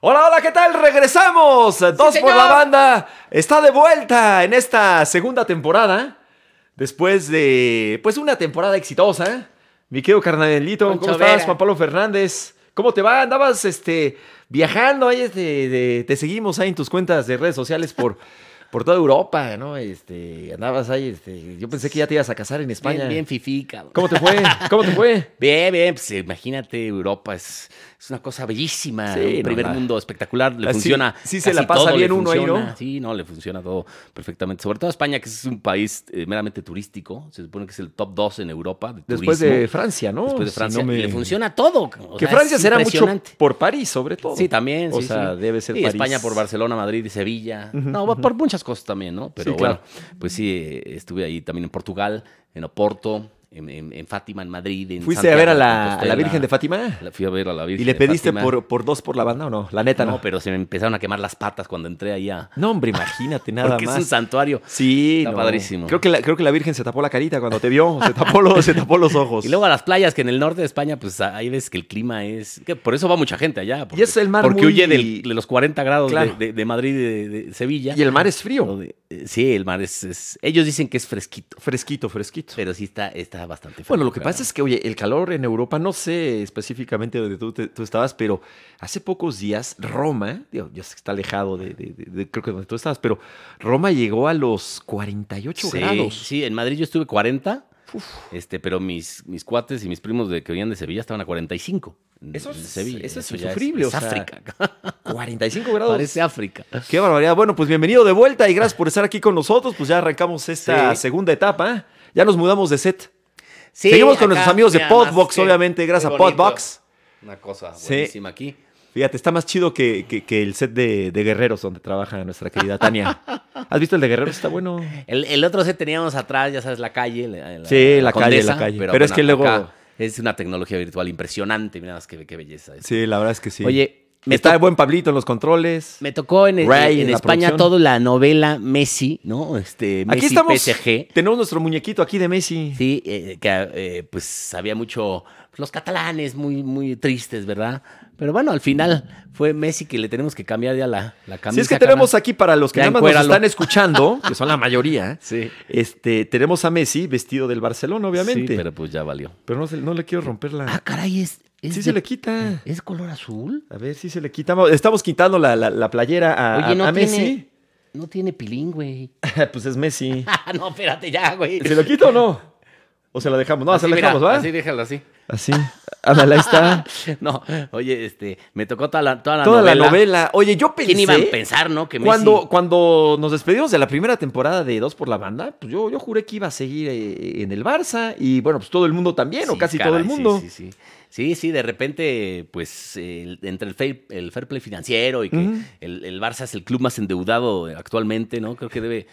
Hola, hola, ¿qué tal? Regresamos. Dos por señor. la banda. Está de vuelta en esta segunda temporada. Después de, pues, una temporada exitosa. Mi querido carnalito, Poncho ¿cómo estás? Vera. Juan Pablo Fernández. ¿Cómo te va? Andabas, este, viajando. Ahí este, de- te seguimos ahí en tus cuentas de redes sociales por, por toda Europa, ¿no? Este, andabas ahí, este, yo pensé que ya te ibas a casar en España. Bien, bien fifí, cabrón. ¿Cómo te fue? ¿Cómo te fue? Bien, bien, pues imagínate, Europa es, es una cosa bellísima, Sí, un no, primer la- mundo espectacular, le la- sí- funciona. sí se casi la pasa todo, le bien uno ahí, funciona, ¿no? Sí, no, le funciona todo perfectamente. Sobre todo España, que es un país eh, meramente turístico, se supone que es el top 2 en Europa de Después turismo. de Francia, ¿no? Después de Si Francia, no me- le funciona todo. cabrón. O que sea, Francia es será mucho impresionante. por París, sobre todo. Sí, también. O sí, sea, sí. debe ser Y París. España por Barcelona, Madrid y Sevilla. No, por muchas cosas también, ¿no? Pero Sí, claro. bueno, pues sí, eh, estuve ahí también en Portugal, en Oporto, en, en- en Fátima, en Madrid. En ¿Fuiste a ver a Santiago de la, a la Compostela. Virgen de Fátima? La- fui a ver a la Virgen ¿Y le de pediste Fátima. por, por dos por la banda o no? La neta no. No, pero se me empezaron a quemar las patas cuando entré allá. No, hombre, imagínate nada Porque más. es un santuario. Sí, Está no. padrísimo. Creo que, la, creo que la Virgen se tapó la carita cuando te vio. Se tapó los, se tapó los ojos. Y luego a las playas, que en el norte de España, pues hay veces que el clima es. que por eso va mucha gente allá. Porque, es el mar Porque muy- huye del- de los 40 grados de- Claro. de, de Madrid y de, de Sevilla. Y el mar es frío. Lo de- eh, Sí, el mar es, es- Ellos dicen que es fresquito, Fresquito, fresquito. pero sí está, está bastante fresco. Bueno, lo que pasa es que, oye, el calor en Europa, no sé específicamente dónde tú, te- tú estabas, pero hace pocos días Roma, digo, ya sé que está alejado de, de- de- de- creo que donde tú estabas, pero Roma llegó a los 48 sí, grados. Sí, en Madrid yo estuve 40, Uf. este, pero mis, mis cuates y mis primos de, que venían de Sevilla estaban a 45. en- Eso en es- Sevilla. eso es ya insufrible, Es, o sea, África. 45 grados. Parece África. Qué barbaridad. Bueno, pues bienvenido de vuelta y gracias por estar aquí con nosotros. Pues ya arrancamos esta Sí. segunda etapa. Ya nos mudamos de set. Sí, Seguimos con acá, nuestros amigos de mira, más Podbox, que- obviamente, gracias muy a bonito. Podbox. Una cosa Sí. buenísima aquí. Fíjate, está más chido que, que- que el set de, de guerreros donde trabaja nuestra querida Tania. ¿Has visto el de guerreros? Está bueno. El, el otro set teníamos atrás, ya sabes, la calle. la- Sí, la calle, la calle. Pero es que luego- acá Es una tecnología virtual impresionante. Mira, más que- qué, belleza. es. Sí, la verdad es que sí. Oye, me está to- el buen Pablito en los controles. Me tocó en, Ray en en la España producción. toda la novela Messi, ¿no? Este, Messi aquí estamos. PSG. Tenemos nuestro muñequito aquí de Messi. Sí, eh, que eh, pues había mucho. pues, Los catalanes muy, muy tristes, ¿verdad? Pero bueno, al final fue Messi que le tenemos que cambiar ya la, la camisa. Si es que tenemos carnal. aquí para los que Ya nada más nos encuéralo. están escuchando, que son la mayoría, Sí. este, tenemos a Messi vestido del Barcelona, obviamente. Sí, pero pero pues ya valió. no, se- no le quiero romper la. Ah, caray, es. es sí de- se le quita. ¿Es color azul? A ver si se le quitamos. Estamos quitando la, la- la playera a, Oye, no a tiene. Messi. No tiene pilín, güey. pues es Messi. Ah, no, espérate ya, güey. ¿Se lo quito o no? ¿O se la dejamos? No, Así, se la mira, dejamos, ¿va? Así, déjalo así. Así. Ándale, ahí está. No, oye, este, me tocó toda la, toda la Toda novela. la novela. Oye, yo pensé. ¿Quién iba a pensar, no? Que Messi- Cuando, cuando nos despedimos de la primera temporada de Dos por la Banda, pues yo, yo juré que iba a seguir eh, en el Barça y bueno, pues todo el mundo también, o Sí, casi caray, todo el sí, mundo. Sí, sí, sí. Sí, sí, de repente, pues, el- entre el fair, el fair play financiero y que Ujú. el, el Barça es el club más endeudado actualmente, ¿no? Creo que debe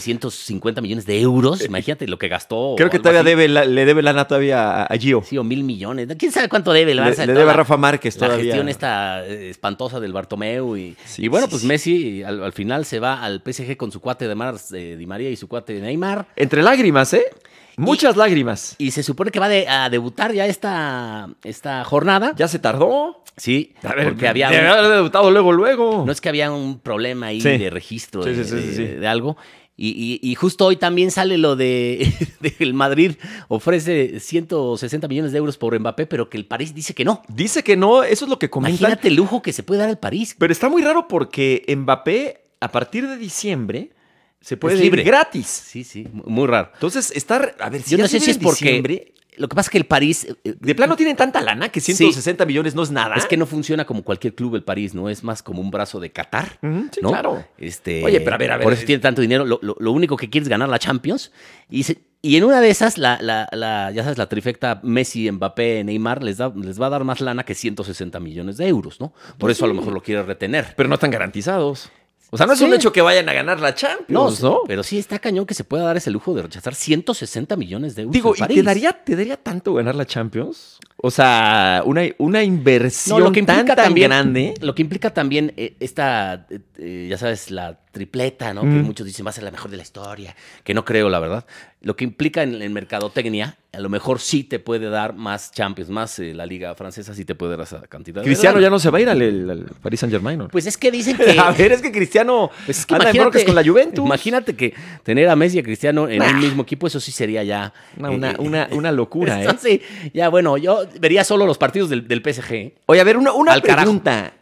950 millones de euros. Imagínate lo que gastó. o Eh, Creo que algo todavía así. debe la- le debe lana todavía a, a Gio. Sí, o mil millones. ¿Quién sabe cuánto debe el Le, Barça? le Toda debe a la- Rafa Márquez La todavía. gestión esta eh, espantosa del Bartomeu y, Sí, y bueno, sí, pues sí. Messi al, al final se va al PSG con su cuate de Mar, eh, Di María y su cuate de Neymar. Entre lágrimas, ¿eh? Muchas lágrimas. Y se supone que va de- a debutar ya esta, esta jornada. ¿Ya se tardó? Sí, porque había debe un- haber debutado luego, luego. no es que había un problema ahí Sí. de registro Sí, de, sí, sí, sí, de- sí. de algo. Y, y- y justo hoy también sale lo de, de que el Madrid ofrece 160 millones de euros por Mbappé, pero que el París dice que no. Dice que no, eso es lo que comentan. Imagínate el lujo que se puede dar al París. Pero está muy raro porque Mbappé, a partir de diciembre, se puede Es ir libre. gratis. Sí, sí, mu- muy raro. Entonces, estar. A ver, si Yo ya no se sé si viene es en porque. diciembre, Lo que pasa es que el París. eh, De plano tienen tanta lana que Sí. 160 millones no es nada. Es que no funciona como cualquier club el París, ¿no? Es más como un brazo de Qatar. Ujú, sí, ¿no? claro. Este, Oye, pero a ver, a ver. Por eso tiene tanto dinero. Lo, lo- lo único que quiere es ganar la Champions. Y, se- y en una de esas, la, la- la- ya sabes, la trifecta Messi, Mbappé, Neymar les, da- les va a dar más lana que 160 millones de euros, ¿no? Pues Por eso a lo mejor lo quiere retener. Pero no están garantizados. O sea, no es Sí. un hecho que vayan a ganar la Champions, Pues, ¿no? pero sí está cañón que se pueda dar ese lujo de rechazar 160 millones de euros. Digo, al ¿y París. te daría, te daría tanto ganar la Champions? O sea, una, una inversión tan, tan grande. Lo que implica también eh, esta, eh, eh, ya sabes, la tripleta, ¿no? Que Mm. muchos dicen va a ser la mejor de la historia, que no creo, la verdad. Lo que implica en, en mercadotecnia, a lo mejor sí te puede dar más Champions, más eh, la liga francesa sí te puede dar esa cantidad. Cristiano ¿verdad? ya no se va a ir al, al- al Paris Saint Germain. ¿no? Pues es que dicen que... a ver, es que Cristiano Pues es que anda en broncas imagínate, con la Juventus. imagínate que tener a Messi y a Cristiano en un mismo equipo, eso sí sería ya... Una, eh, una, eh, una- una locura, ¿eh? esto sí. ya bueno, yo vería solo los partidos del, del PSG. ¿eh? Oye, a ver, una, una Al carajo. pregunta.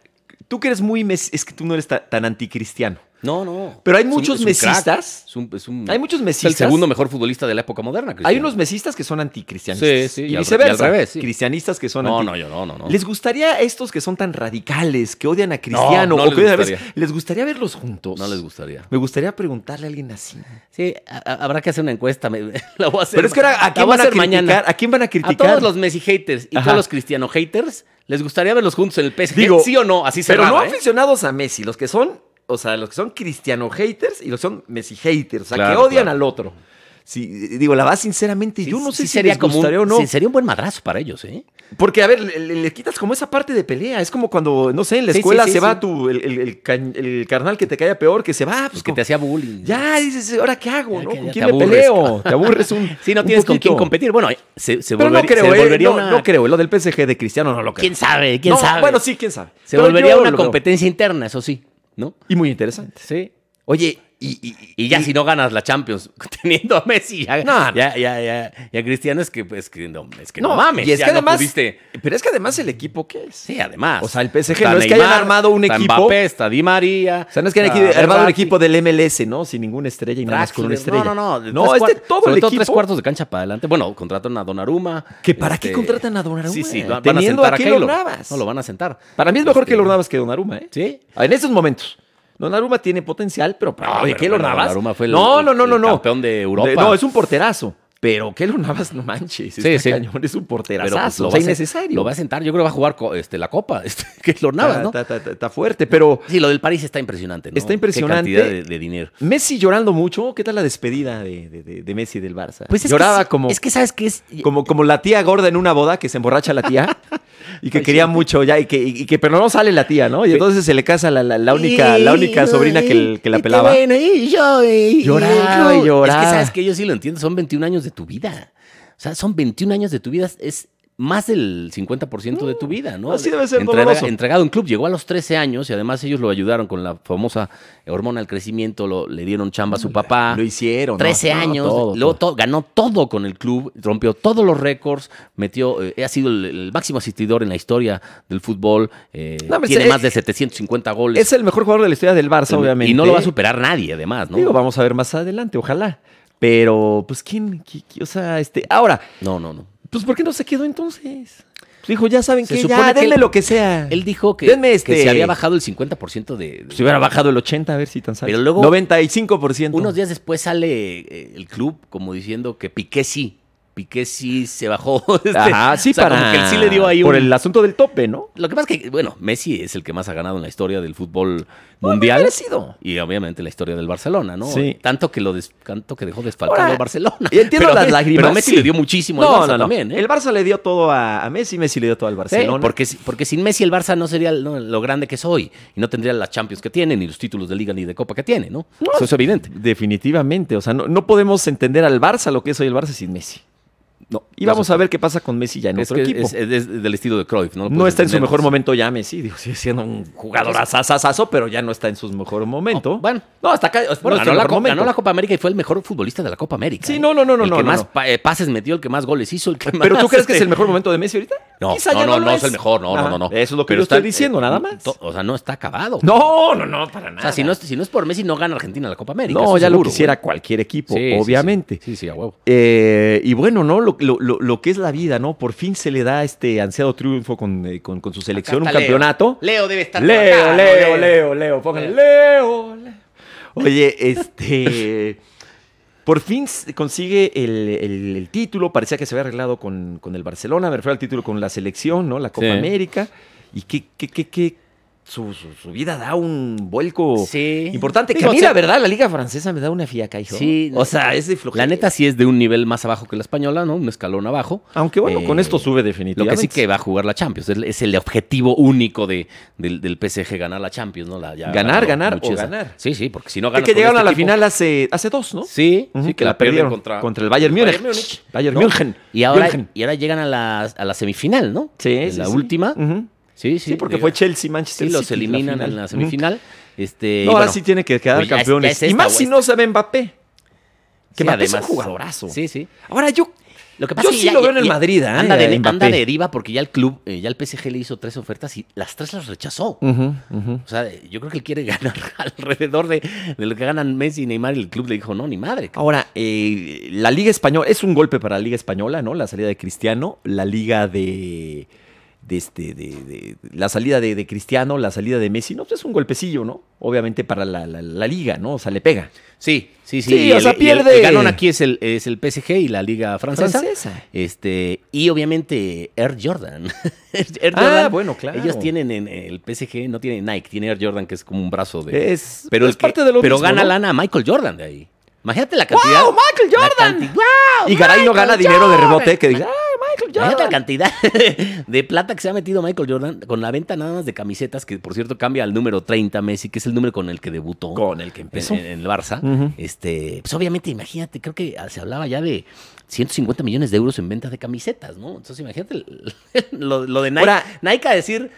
Tú que eres muy... mes- Es que tú no eres ta- tan anticristiano. No, no. Pero hay Es un- muchos es un mesistas. crack, es un- es un- Hay muchos es el mesistas. segundo mejor futbolista de la época moderna. Hay Cristiano. unos mesistas que son anticristianistas. Sí, sí, y Y al- viceversa. y al revés, sí. Cristianistas que son No, anti- no, yo no, no, no. ¿Les gustaría a estos que son tan radicales, que odian a Cristiano no o les que odian a gustaría. Messi, les gustaría verlos juntos? No les gustaría. Me gustaría preguntarle a alguien así. Sí, a- a- habrá que hacer una encuesta. me- la voy a hacer. Pero es que ahora, ¿a la quién, voy van a hacer criticar, mañana. ¿a quién van a A criticar? todos los Messi haters y Ajá. todos los Cristiano haters, ¿les gustaría verlos juntos en el PSG? Digo, sí o no, así ¿eh? se Pero no aficionados a Messi, los que son, o sea, los que son cristiano haters y los que son Messi haters, o sea, Claro, que odian claro. al otro. Sí, digo, la verdad, sinceramente, yo no sé si sería les como un, gustaría o no. sí, sería un buen madrazo para ellos, ¿eh? Porque, a ver, le, le- le quitas como esa parte de pelea. Es como cuando, no sé, en la Sí, sí, escuela sí, se sí. va tu, el, el- el cañ- el carnal que te caía peor, que se va, pues, Los que con- te hacía bullying. ya dices, ¿ahora qué hago? Ya ¿no? que ¿Con ya quién te me aburres, peleo? Te aburres un. Sí, no un tienes con quién poquito. competir. Bueno, se, se Pero no volver- se creo, ¿eh? volvería No, una... no creo. Lo del PSG de Cristiano no lo creo. ¿Quién sabe? ¿Quién No, sabe? Bueno, sí, quién sabe. Se Pero volvería yo una lo creo. competencia interna, eso sí, ¿no? Y muy interesante. Sí. Oye, y. Y ya si no ganas la Champions teniendo a Messi, ya, No, no. ya, ya, ya, ya Cristiano es que, es que, no, es que no, No, mames. y es ya que no además- pudiste- Pero es que además el equipo, ¿qué es? Sí, además. O sea, el PSG no es que hayan armado un está equipo- Mbappé, está Di María. O sea, no es que han está aquí armado un Verratti, equipo del MLS, ¿no? Sin ninguna estrella y nada más con una Draxler. estrella. No, no, no. No, tres este cuart- todo sobre el todo equipo. tres cuartos de cancha para adelante. Bueno, contratan a Donnarumma. ¿Que para qué este, contratan a Donnarumma? Sí, sí, van a Teniendo sentar a, a Keylor. Keylor Navas. No, lo van a sentar. Para mí es mejor Este, que Keylor Navas que Donnarumma, ¿eh? ¿Sí? En estos momentos. Donnarumma tiene potencial, pero... No, oye, pero Keylor bueno, Navas... Donnarumma fue el- no, no, no, el no, no. campeón de Europa. no, es un porterazo. Pero Keylor Navas, no manches. Sí, está sí. cañón, es un porterazo. pues, o lo, va sea, a sen- innecesario. lo va a sentar. Yo creo que va a jugar co- este, la Copa, este, Keylor Navas, Está- ¿no? Está, está- está fuerte, pero... Sí, lo del París está impresionante, ¿no? Está Qué impresionante. cantidad de, de dinero. Messi llorando mucho. ¿Qué tal la despedida de, de- de- de Messi del Barça? Pues es Lloraba que, sí- como... Ah, Es que, ¿sabes qué es? Como, como la tía gorda en una boda que se emborracha la tía y que Ay, quería sí. mucho ya y que, y que pero no sale la tía, ¿no? Y entonces se le casa la, la- la única, la única sobrina que, el- que la Y- y- pelaba. bueno, y yo, y- Lloraba y no, lloraba. Es que sabes que yo sí lo entiendo, son 21 años de tu vida. O sea, son 21 años de tu vida, es más del 50% de tu vida, ¿no? así debe ser Entrega- doloroso. Entregado a un club, llegó a los 13 años y además ellos lo ayudaron con la famosa hormona del crecimiento, lo- le dieron chamba a su papá. Ah, Lo hicieron. ¿no? 13 No, años, todo, luego todo. todo- ganó todo con el club, rompió todos los récords, metió, eh, ha sido el, el máximo asistidor en la historia del fútbol, eh, No, hombre, tiene es- más de 750 goles. Es el mejor jugador de la historia del Barça, obviamente. Y no lo va a superar nadie, además, ¿no? Digo, vamos a ver más adelante, ojalá. Pero, pues, ¿quién? qui- qui- o sea, este. Ahora, No, no, no. pues, ¿por qué no se quedó entonces? Pues, dijo, ya saben Se que supone ya, que denme él- lo que sea. Él dijo que, Eh. Denme este- que se había bajado el 50% de... Si hubiera bajado el 80, a ver si tan sale. Pero luego- 95%. Unos días después sale eh, el club como diciendo que Piqué sí. Piqué sí se bajó. este, Ajá, sí, o sea, para. como que él sí le dio ahí Por un- Oh, el asunto del tope, ¿no? Lo que pasa es que, bueno, Messi es el que más ha ganado en la historia del fútbol mundial. Merecido. Y obviamente la historia del Barcelona, ¿no? Sí. Tanto que lo des- tanto que dejó desfalcado Ahora, el Barcelona. y entiendo las pero lágrimas, Messi sí. le dio muchísimo al Barça también, ¿eh? El Barça le dio todo a, a Messi, Messi le dio todo al Sí, Barcelona. porque, si- porque sin Messi el Barça no sería lo, lo grande que es hoy. Y no tendría las Champions que tiene, ni los títulos de Liga ni de Copa que tiene, ¿no? No. Eso es evidente. Definitivamente, o sea, no, no podemos entender al Barça lo que es hoy el Barça sin Messi. No, Y vamos a ver qué pasa con Messi ya en Es, otro que equipo. es- es- es del estilo de Cruyff, ¿no? lo no puedes está en su entender. mejor momento ya Messi, digo, sigue siendo un jugador asasasazo, pero ya no está en su mejor momento. No, bueno. no, hasta acá, Bueno, no está en ganó, el la mejor Copa, momento. ganó la Copa América y fue el mejor futbolista de la Copa América. Sí, ¿eh? no, no, no, no, El que no, más no. pa- eh, pases metió, el que más goles hizo, el que más. Pero tú crees que es este, el mejor momento de Messi ahorita? No, Quizá no, ya no, no, lo es el mejor, no, Ajá, no, no, no. Eso es lo que Pero yo está- estoy diciendo, eh, nada más. to- O sea, no está acabado. No, no, no, para O nada. sea, si no, es- si no es por Messi, no gana Argentina la Copa América. no, eso ya lo seguro, quisiera güey. cualquier equipo, Sí, sí, sí. obviamente. Sí, sí, a huevo. Eh, y bueno, ¿no? Lo, lo- lo- lo que es la vida, ¿no? Por fin se le da este ansiado triunfo con, eh, con- con su selección, un Acá está Leo. campeonato. Leo debe estar por Leo, acá, Leo, ¿no? Leo, Leo, póngale, Leo, Leo. Oye, este. Por fin se consigue el, el- el título. Parecía que se había arreglado con, con el Barcelona. Me refiero al título con la selección, ¿no? La Copa Sí. América. Y qué, qué, qué, qué, su, su- su vida da un vuelco Sí. importante. Que Digo, a mí, la sí. verdad, la liga francesa me da una fiaca, hijo. Sí. O sea, es de flojera. La neta sí es de un nivel más abajo que la española, ¿no? Un escalón abajo. Aunque bueno, con Eh, esto sube Lo definitivamente. que sí que va a jugar la Champions. Es, es el objetivo único de, del, del PSG, ganar la Champions, ¿no? La, ya ha Ganar, ganado ganar mucho o esa- ganar. Sí, sí, porque si no Es ganas que con llegaron este a la equipo- final hace, hace dos, ¿no? Sí, Ujú, sí, que la, perdieron contra, contra el Bayern Múnich. Bayern ¿no? München. Y ahora, München. y ahora llegan a la, a la semifinal, ¿no? Sí, En sí, La sí. última. Ujú. Sí, sí. Sí, porque llega- fue Chelsea Manchester Sí, los City, eliminan final. en la Ujú. semifinal. Este, y No, ahora bueno, sí tiene que quedar pues ya es- ya campeones. es y esta más o si esta. no se ve Mbappé. Que sí, Mbappé es un además- jugadorazo. Sí, sí. Ahora yo. Lo que Yo es que sí lo veo en el Madrid, ¿eh? Anda de, A anda Mbappé. de diva porque ya el club, eh, ya el PSG le hizo tres ofertas y las tres las rechazó. Ujú, ujú. O sea, eh, yo creo que él quiere ganar alrededor de, de lo que ganan Messi y Neymar y el club le dijo, no, ni madre. cabrón. Ahora, eh, la Liga Española, es un golpe para la Liga Española, ¿no? La salida de Cristiano, la Liga de. de este, de, de- la salida de, de Cristiano, la salida de Messi, no, pues es un golpecillo, ¿no? Obviamente para la, la- la liga, ¿no? O sea, le pega. Sí, sí, sí. Sí, y o el- sea, y el- pierde- El, ganón aquí es el, es el PSG y la Liga Francesa. Francesa. Este, y obviamente Air Jordan. Air Ah, bueno, claro. Ellos tienen en el PSG, no tiene Nike, tiene Air Jordan que es como un brazo de... Es, Pues, pero es el que- parte de lo Pero mismo, gana ¿no? lana a Michael Jordan de ahí. Imagínate la cantidad. ¡Wow, Michael la Jordan! canti- ¡Wow, Y Garay no Michael gana dinero de Jordan! rebote, que dice, ¡ah, Michael Imagínate la Jordan! cantidad de plata que se ha metido Michael Jordan con la venta nada más de camisetas, que por cierto cambia al número 30 Messi, que es el número con el que debutó Con el que en, empezó. en- en el Barça. Ujú. Este, pues obviamente, imagínate, creo que ah, se hablaba ya de 150 millones de euros en venta de camisetas, ¿no? Entonces imagínate el- lo, lo de Nike, Ahora- Nike a decir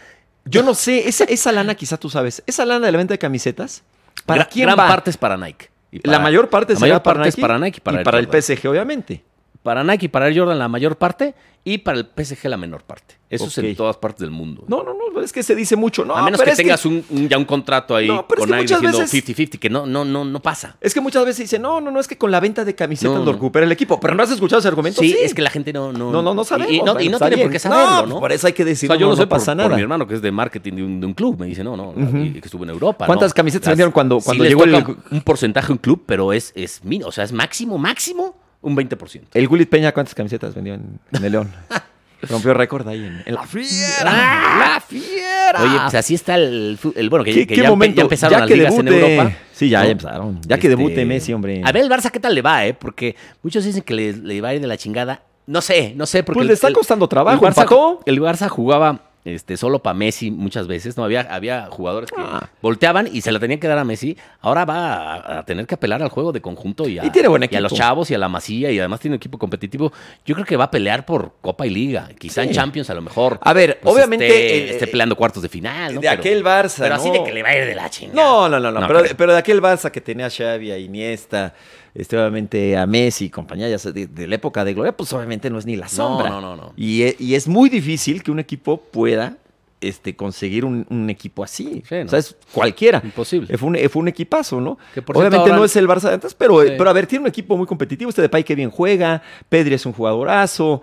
Yo no sé, esa, esa lana quizá tú sabes, esa lana de la venta de camisetas, ¿para gran, quién gran va? parte es para Nike. Y la para- mayor parte la será mayor parte es para Nike y y para para, Air el Jordan. PSG, obviamente. para Nike y para Air Jordan la mayor parte y para el PSG la menor parte. Eso es en Ok. todas partes del mundo. No, no, no, es que se dice mucho, ¿no? a menos pero que es tengas un, un- ya un contrato ahí No, pero es con que alguien muchas diciendo veces- 50-50, que no, no, no, no pasa. Es que muchas veces dicen, no, no, no, es que con la venta de camisetas No, lo no. recupera el equipo. Pero no has escuchado ese argumento. Sí, Sí, es que la gente no... No, No, no, no sabemos. Y, y no, Bueno, y no está tiene por bien. qué saberlo, ¿no? No, por eso hay que decir, O sea, no, yo lo no sé por- pasa por, nada. mi hermano, que es de marketing de un, de un club. Me dice, no, no, y que estuvo en Europa. ¿Cuántas no. camisetas vendieron cuando- sí cuando les llegó el- toca Un porcentaje a un club, pero es, es mínimo. O sea, es máximo, máximo un 20%. El Gullit Peña, ¿cuántas camisetas vendió en, en el León? Rompió récord ahí en, en la fiera. ¡La fiera! Ah, Oye, pues así está el... fu- el- bueno, que, ¿Qué, que qué ya, empe- momento? ya empezaron las ligas en debute- Europa. Sí, ya, ¿no? ya empezaron. Ya que Este, debute Messi, hombre. A ver el Barça qué tal le va, ¿eh? Porque muchos dicen que le, le va a ir de la chingada. No sé, no sé. Porque pues el- le está el- costando trabajo. el Barça, empató. el Barça jugaba este, solo para Messi muchas veces. No había, había jugadores que Ah. volteaban y se la tenían que dar a Messi. Ahora va a, a tener que apelar al juego de conjunto y a, Y tiene buen y a equipo. los chavos y a la masía y además tiene un equipo competitivo. Yo creo que va a pelear por Copa y Liga. Quizá en Sí. Champions a lo mejor. A ver, pues, obviamente, Esté, eh, esté peleando cuartos de final. ¿no? de Pero- aquel Barça, Pero así ¿no? de que le va a ir de la chingada. No, no, no, no. No, pero, creo. pero de aquel Barça que tenía a Xavi, a Iniesta, este, obviamente a Messi y compañía, ya sé, de, de la época de gloria, pues obviamente no es ni la sombra. no, no, no. Y, e- y es muy difícil que un equipo pueda este, conseguir un, un equipo así. Sí, ¿no? O sea, es cualquiera. Imposible. Eh, Fue un, eh, fue un equipazo, ¿no? Que por cierto, Obviamente ahora- no es el Barça de antes, pero, eh, Sí. pero a ver, tiene un equipo muy competitivo. Este Depay que bien juega, Pedri es un jugadorazo,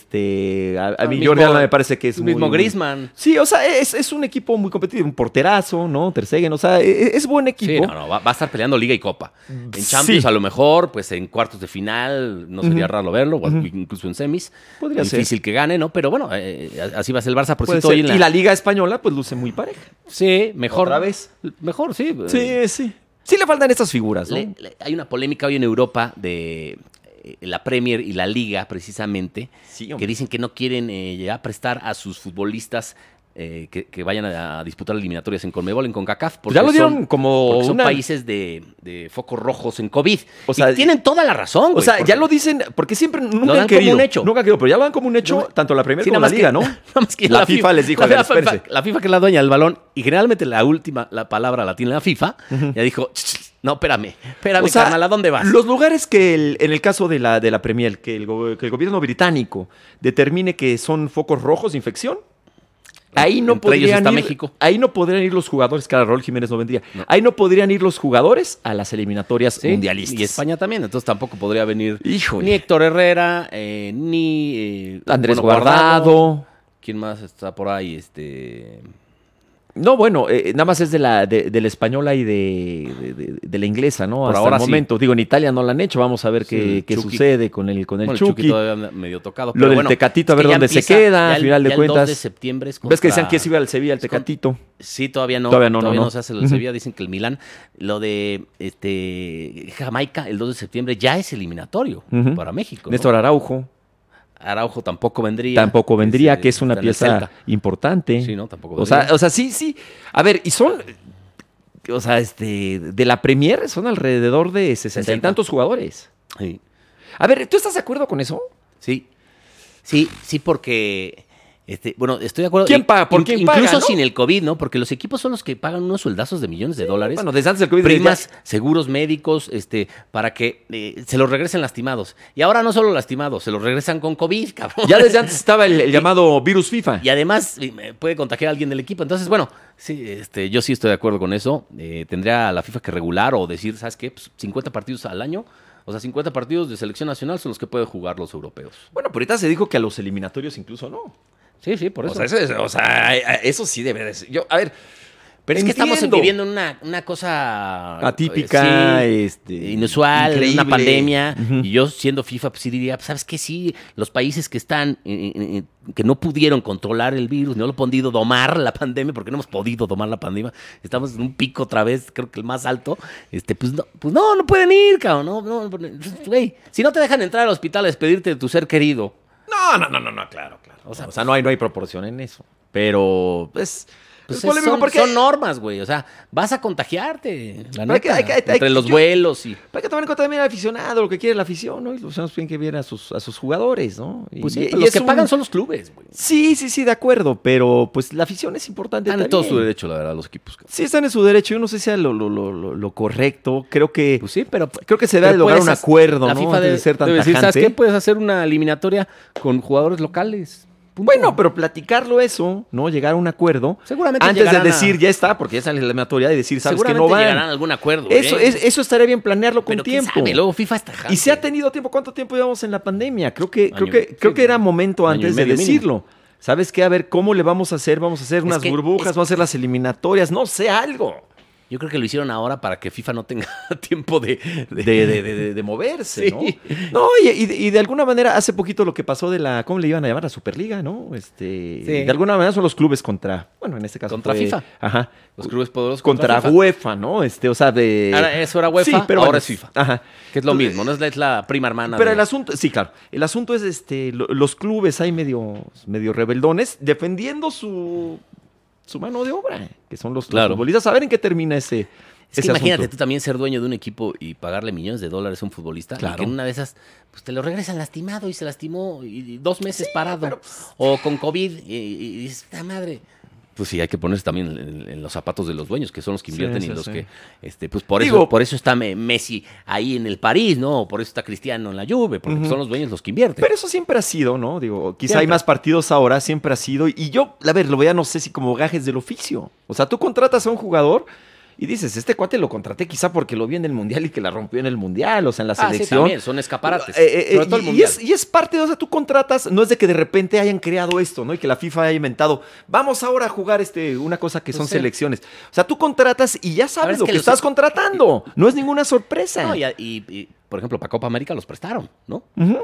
este, a, a mí mismo- Jordi Alba me parece que es el mismo muy- muy- Griezmann. Sí, o sea, es, es un equipo muy competitivo, un porterazo, ¿no? Terceguen, o sea, e- e- es, buen equipo. Sí, no, no, va, va a estar peleando Liga y Copa. En Sí. Champions, a lo mejor, pues en cuartos de final, no sería Ujú. raro verlo, o Ujú. incluso en semis. Podría ser. Difícil que gane, ¿no? Pero bueno, eh, así va a ser el Barça, por Puede cierto, hoy ser. en la... Y la Liga Española, pues luce muy pareja. Sí, mejor. ¿Otra vez? Mejor, sí. Eh, Sí, sí. Sí le faltan estas figuras, ¿no? le- le- hay una polémica hoy en Europa de eh, la Premier y la Liga, precisamente, Sí, que hombre. dicen que no quieren eh, ya prestar a sus futbolistas eh, que, que vayan a, a disputar eliminatorias en Conmebol, en CONCACAF. Pues ya porque lo son- dieron como Porque son una... países de, de focos rojos en COVID. O sea, y tienen toda la razón. O güey, sea, porque- ya lo dicen, porque siempre nunca dan han como querido. un hecho. Nunca han querido, pero ya lo dan como un hecho, No, tanto la Premier Sí, como nada la más que- Liga, ¿no? nada más que La FIFA les dijo, la, "A ver, la FIFA, espérense". la FIFA que es la dueña del balón y generalmente la última la palabra la tiene la FIFA, ya dijo, "Ch, ch, no, espérame, espérame, O sea, carnal, ¿a dónde vas? Los lugares que, el- en el caso de la, de la Premier, que el, go- que el gobierno británico determine que son focos rojos de infección, ahí no, Entre ellos podrían está ir, México. ahí no podrían ir los jugadores, claro, Raúl Jiménez no vendría, ahí no podrían ir los jugadores a las eliminatorias Sí, mundialistas. Y España también, entonces tampoco podría venir ni Híjole. Héctor Herrera, eh, ni eh, Andrés bueno, Guardado. ¿Quién más está por ahí? Este No, bueno, eh, nada más es de la, de, de la española y de, de- de- de la inglesa, ¿no? Por Hasta ahora el sí. momento. Digo, en Italia no la han hecho. Vamos a ver Sí, qué, el qué Chucky. sucede con el, con el Bueno, el Chucky. Chucky todavía anda medio tocado. Lo pero del bueno, Tecatito, a es ver que ya dónde se empieza, queda, ya al el- final de ya el 2 cuentas. de septiembre es ¿Ves que decían contra- que se iba al Sevilla, al es con- Tecatito? Sí, todavía no. Todavía no, no, no. se hace el Ujú. Sevilla, dicen que el Milán. Lo de este Jamaica, el 2 de septiembre, ya es eliminatorio Ujú. para México. ¿no? Néstor Araujo Araujo tampoco vendría. tampoco vendría, Este, que es una está en el pieza Celta. importante. Sí, no, tampoco O sea, vendría. o sea, sí, sí. A ver, y son. O sea, este. De la Premier son alrededor de sesenta y 60. tantos jugadores. Sí. A ver, ¿tú estás de acuerdo con eso? Sí, sí, sí, porque. Este, bueno, estoy de acuerdo. ¿Quién paga? ¿Por Inc- quién Incluso paga, no? sin el COVID, ¿no? Porque los equipos son los que pagan unos sueldazos de millones de dólares. Bueno, desde antes del COVID. desde primas, seguros médicos, este, para que eh, se los regresen lastimados. Y ahora no solo lastimados, se los regresan con COVID, cabrón. Ya, ya desde antes estaba el, el llamado virus FIFA. Y además eh, puede contagiar a alguien del equipo. Entonces, bueno, sí, este, yo sí estoy de acuerdo con eso. Eh, tendría a la FIFA que regular o decir, ¿sabes qué? Pues, 50 partidos al año. O sea, 50 partidos de selección nacional son los que pueden jugar los europeos. Bueno, pero ahorita se dijo que a los eliminatorios incluso no. Sí, sí, por eso. O sea, eso, es- o sea, eso sí debe de ser. Yo, a ver. Pero es que estamos entiendo. viviendo una, una cosa Atípica, eh, sí, este, inusual, increíble. una pandemia. Ujú. Y yo siendo FIFA, pues sí diría, pues, ¿sabes qué? Sí, los países que están, eh, eh, eh, que no pudieron controlar el virus, no lo han podido domar la pandemia, porque no hemos podido domar la pandemia. Estamos en un pico otra vez, creo que el más alto. Este, pues no, pues no, no pueden ir, cabrón. No, no, güey, si no te dejan entrar al hospital a despedirte de tu ser querido. No, no, no, no, no, claro, claro. O sea, sea, no, hay, no hay proporción en eso. Pero, pues. Pues es polémico son, porque- son normas, güey. O sea, vas a contagiarte. La Pero hay que- neta, hay que- hay que- entre los yo- vuelos y. Para que tomar en cuenta también al aficionado, lo que quiere la afición, ¿no? Y los sabemos bien que vienen a sus, a sus jugadores, ¿no? Y, Pues sí, y- pero y los es que un- Ah, pagan son los clubes, güey. Sí, sí, sí, de acuerdo, pero pues la afición es importante Están en también. todo su derecho, la verdad, los equipos. cabrón. Sí, están en su derecho, yo no sé si sea lo, lo, lo, lo- lo correcto, creo que... Pues sí, pero. Creo que se debe pero lograr puedes un hacer- acuerdo, la ¿no? FIFA Antes debe, de ser tan debe decir, ¿sabes tajante. qué? Pues, Puedes hacer una eliminatoria con jugadores locales. Pues Punto. Bueno, pero platicarlo eso, ¿no? Llegar a un acuerdo. seguramente Antes de llegarán a- decir, ya está, porque ya está la eliminatoria, y decir, sabes que seguramente no van. llegarán a algún acuerdo. Eso, ¿eh? es- eso estaría bien planearlo con Pero quién tiempo. sabe, luego FIFA está Y se ha tenido tiempo. ¿Cuánto tiempo llevamos en la pandemia? Creo que, creo Año- que, creo sí, que era momento año y antes de medio mínimo. decirlo. ¿Sabes qué? A ver, ¿cómo le vamos a hacer? Vamos a hacer unas que- burbujas, es- vamos a hacer las eliminatorias, no sé, algo. Yo creo que lo hicieron ahora para que FIFA no tenga tiempo de. De, de- de- de- de moverse, Sí. ¿no? No, y, y de- y de alguna manera, hace poquito lo que pasó de la, ¿cómo le iban a llamar? La Superliga, ¿no? Este, Sí. De alguna manera son los clubes contra, bueno, en este caso. Contra fue- FIFA. Ajá. los clubes poderosos contra FIFA. UEFA, ¿no? Este, o sea, de... Ahora, eso era UEFA, ahora es FIFA. Ajá. Que es lo Entonces, mismo, no es la, es la prima hermana. Pero de- el asunto, sí, claro. El asunto es este, lo- los clubes hay medio, medio rebeldones defendiendo su, su mano de obra, que son los, los Claro. futbolistas. A ver en qué termina ese. Es que ese imagínate asunto. tú también ser dueño de un equipo y pagarle millones de dólares a un futbolista. y Claro. que en una de esas, pues te lo regresan lastimado y se lastimó y, y dos meses parado. pues, O con COVID y, y- y dices, ¡ah, madre! Pues sí, hay que ponerse también en, en los zapatos de los dueños, que son los que Sí, invierten sí, y los sí. que, este, pues por Digo- eso, por eso está Me- Messi ahí en el París, ¿no? O Por eso está Cristiano en la Juve, porque pues, Ujú. son los dueños los que invierten. Pero eso siempre ha sido, ¿no? Digo, quizá hay Siempre. más partidos ahora, siempre ha sido. Y yo, a ver, lo veía, no sé si como gajes del oficio. O sea, tú contratas a un jugador y dices, este cuate lo contraté quizá porque lo vi en el Mundial y que la rompió en el Mundial, o sea, en la Ah, sí, selección. también, son escaparates. Eh, eh, eh, sobre todo el y- y, mundial. es, y es parte, o sea, tú contratas, no es de que de repente hayan creado esto, ¿no? Y que la FIFA haya inventado, vamos ahora a jugar este, una cosa que Pues son sí. selecciones. O sea, tú contratas y ya sabes es lo que, que los- estás contratando. No es ninguna sorpresa. No, y, y- y, por ejemplo, para Copa América los prestaron, ¿no? Eh, Ujú.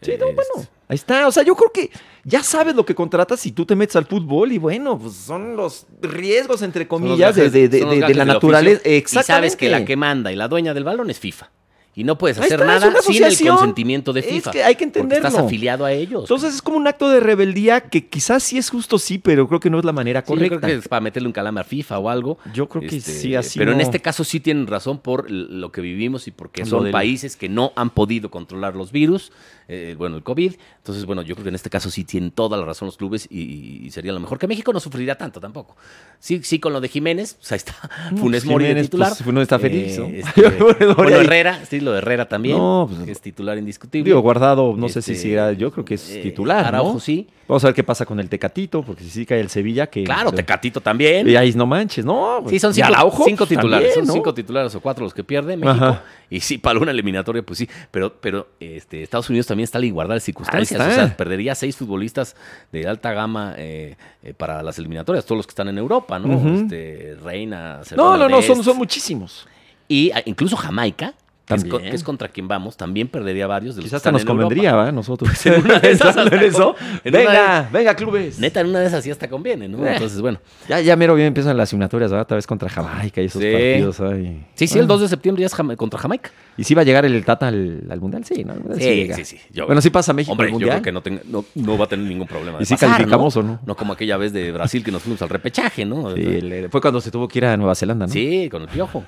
Sí, no, Es- bueno. Ahí está. O sea, yo creo que ya sabes lo que contratas y tú te metes al fútbol y bueno, pues son los riesgos, entre Son los comillas, de, gajes- de- de- son los de- de gajes la del naturaleza. oficio, Y Exactamente. sabes que la que manda y la dueña del balón es FIFA. Y no puedes Ahí hacer está, es nada una sin el asociación. consentimiento de Es FIFA. que hay que porque estás entenderlo. afiliado a ellos. Entonces es como un acto de rebeldía que quizás sí es justo, sí, pero creo que no es la manera Sí, yo correcta. creo que es para meterle un calamar a FIFA o algo. Yo creo que Este, sí, así. Pero en no. este caso sí tienen razón por l- lo que vivimos y porque Lo son del- países que no han podido controlar los virus, eh, bueno, el COVID. Entonces, bueno, yo creo que en este caso sí tienen toda la razón los clubes y- y, y sería lo mejor. Que México no sufrirá tanto tampoco. Sí, sí, con lo de Jiménez, pues ahí está No, Funes pues, Mori de Jiménez, titular. pues, Funes está Eh, feliz, ¿no? este, Funes Mori bueno, ahí. Herrera, sí, Danilo Herrera también, No, pues, que es titular indiscutible. Digo, guardado, no sé si Este, será, yo creo que es eh, titular, ¿no? Araujo sí. Vamos a ver qué pasa con el Tecatito, porque si sí cae el Sevilla, que... Claro, lo- Tecatito también. Y ahí no manches, ¿no? Sí, son Y cinco, Araujo, cinco pues, titulares. también, son ¿no? cinco titulares o cuatro los que pierde México. Ajá. Y sí, para una eliminatoria, pues sí. Pero, pero este, Estados Unidos también está al igualdad de circunstancias. Ahí O está. sea, perdería seis futbolistas de alta gama eh, eh, para las eliminatorias, todos los que están en Europa, ¿no? Ujú. este, Reina, No, no, no, Cervantes. son, son muchísimos. Y ah, incluso Jamaica, que es, co- También. que es contra quien vamos, también perdería varios de los que Quizás hasta están nos en Europa. convendría, ¿va? Nosotros. en una de esas Pensando en hasta eso. con- en una de- venga, venga, clubes. Neta, en una de esas sí hasta conviene, ¿no? Eh. Entonces, bueno. Ya, ya mero bien empiezan las eliminatorias, ¿verdad? Tal vez contra Jamaica y esos Sí. partidos. ay. Sí, sí, el 2 de septiembre ya es Jama- contra Jamaica. ¿Y si va a llegar el Tata al, al Mundial? Sí, ¿no? Al Mundial Sí, llega. sí, sí. Yo- bueno, sí pasa México Hombre, al yo Mundial. creo que no, tenga- no, no va a tener ningún problema. de ¿Y si pasar, calificamos ¿no? o no? No como aquella vez de Brasil que nos fuimos al repechaje, ¿no? Sí, el- fue cuando se tuvo que ir a Nueva Zelanda, ¿no? Sí, con el piojo.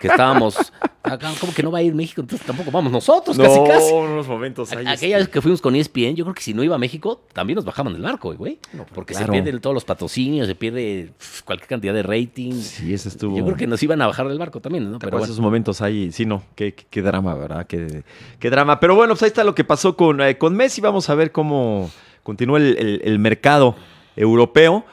Que estábamos. acá, ¿Cómo que no va a ir México? Entonces tampoco vamos nosotros, No, Pues casi casi. unos momentos ahí. este. A- Aquella vez que fuimos con E ESPN, yo creo que si no iba a México, también nos bajaban del barco, güey. porque pues claro. se pierden todos los patrocinios, se pierde pf, cualquier cantidad de rating. Sí, ese estuvo. Yo creo que nos iban a bajar del barco también, ¿no? ¿Te Pero acuerdas bueno. esos momentos ahí? Sí, no, qué, qué- qué drama, ¿verdad? Qué, qué drama. Pero bueno, pues ahí está lo que pasó con, eh, con Messi. Vamos a ver cómo continúa el, el- el mercado europeo.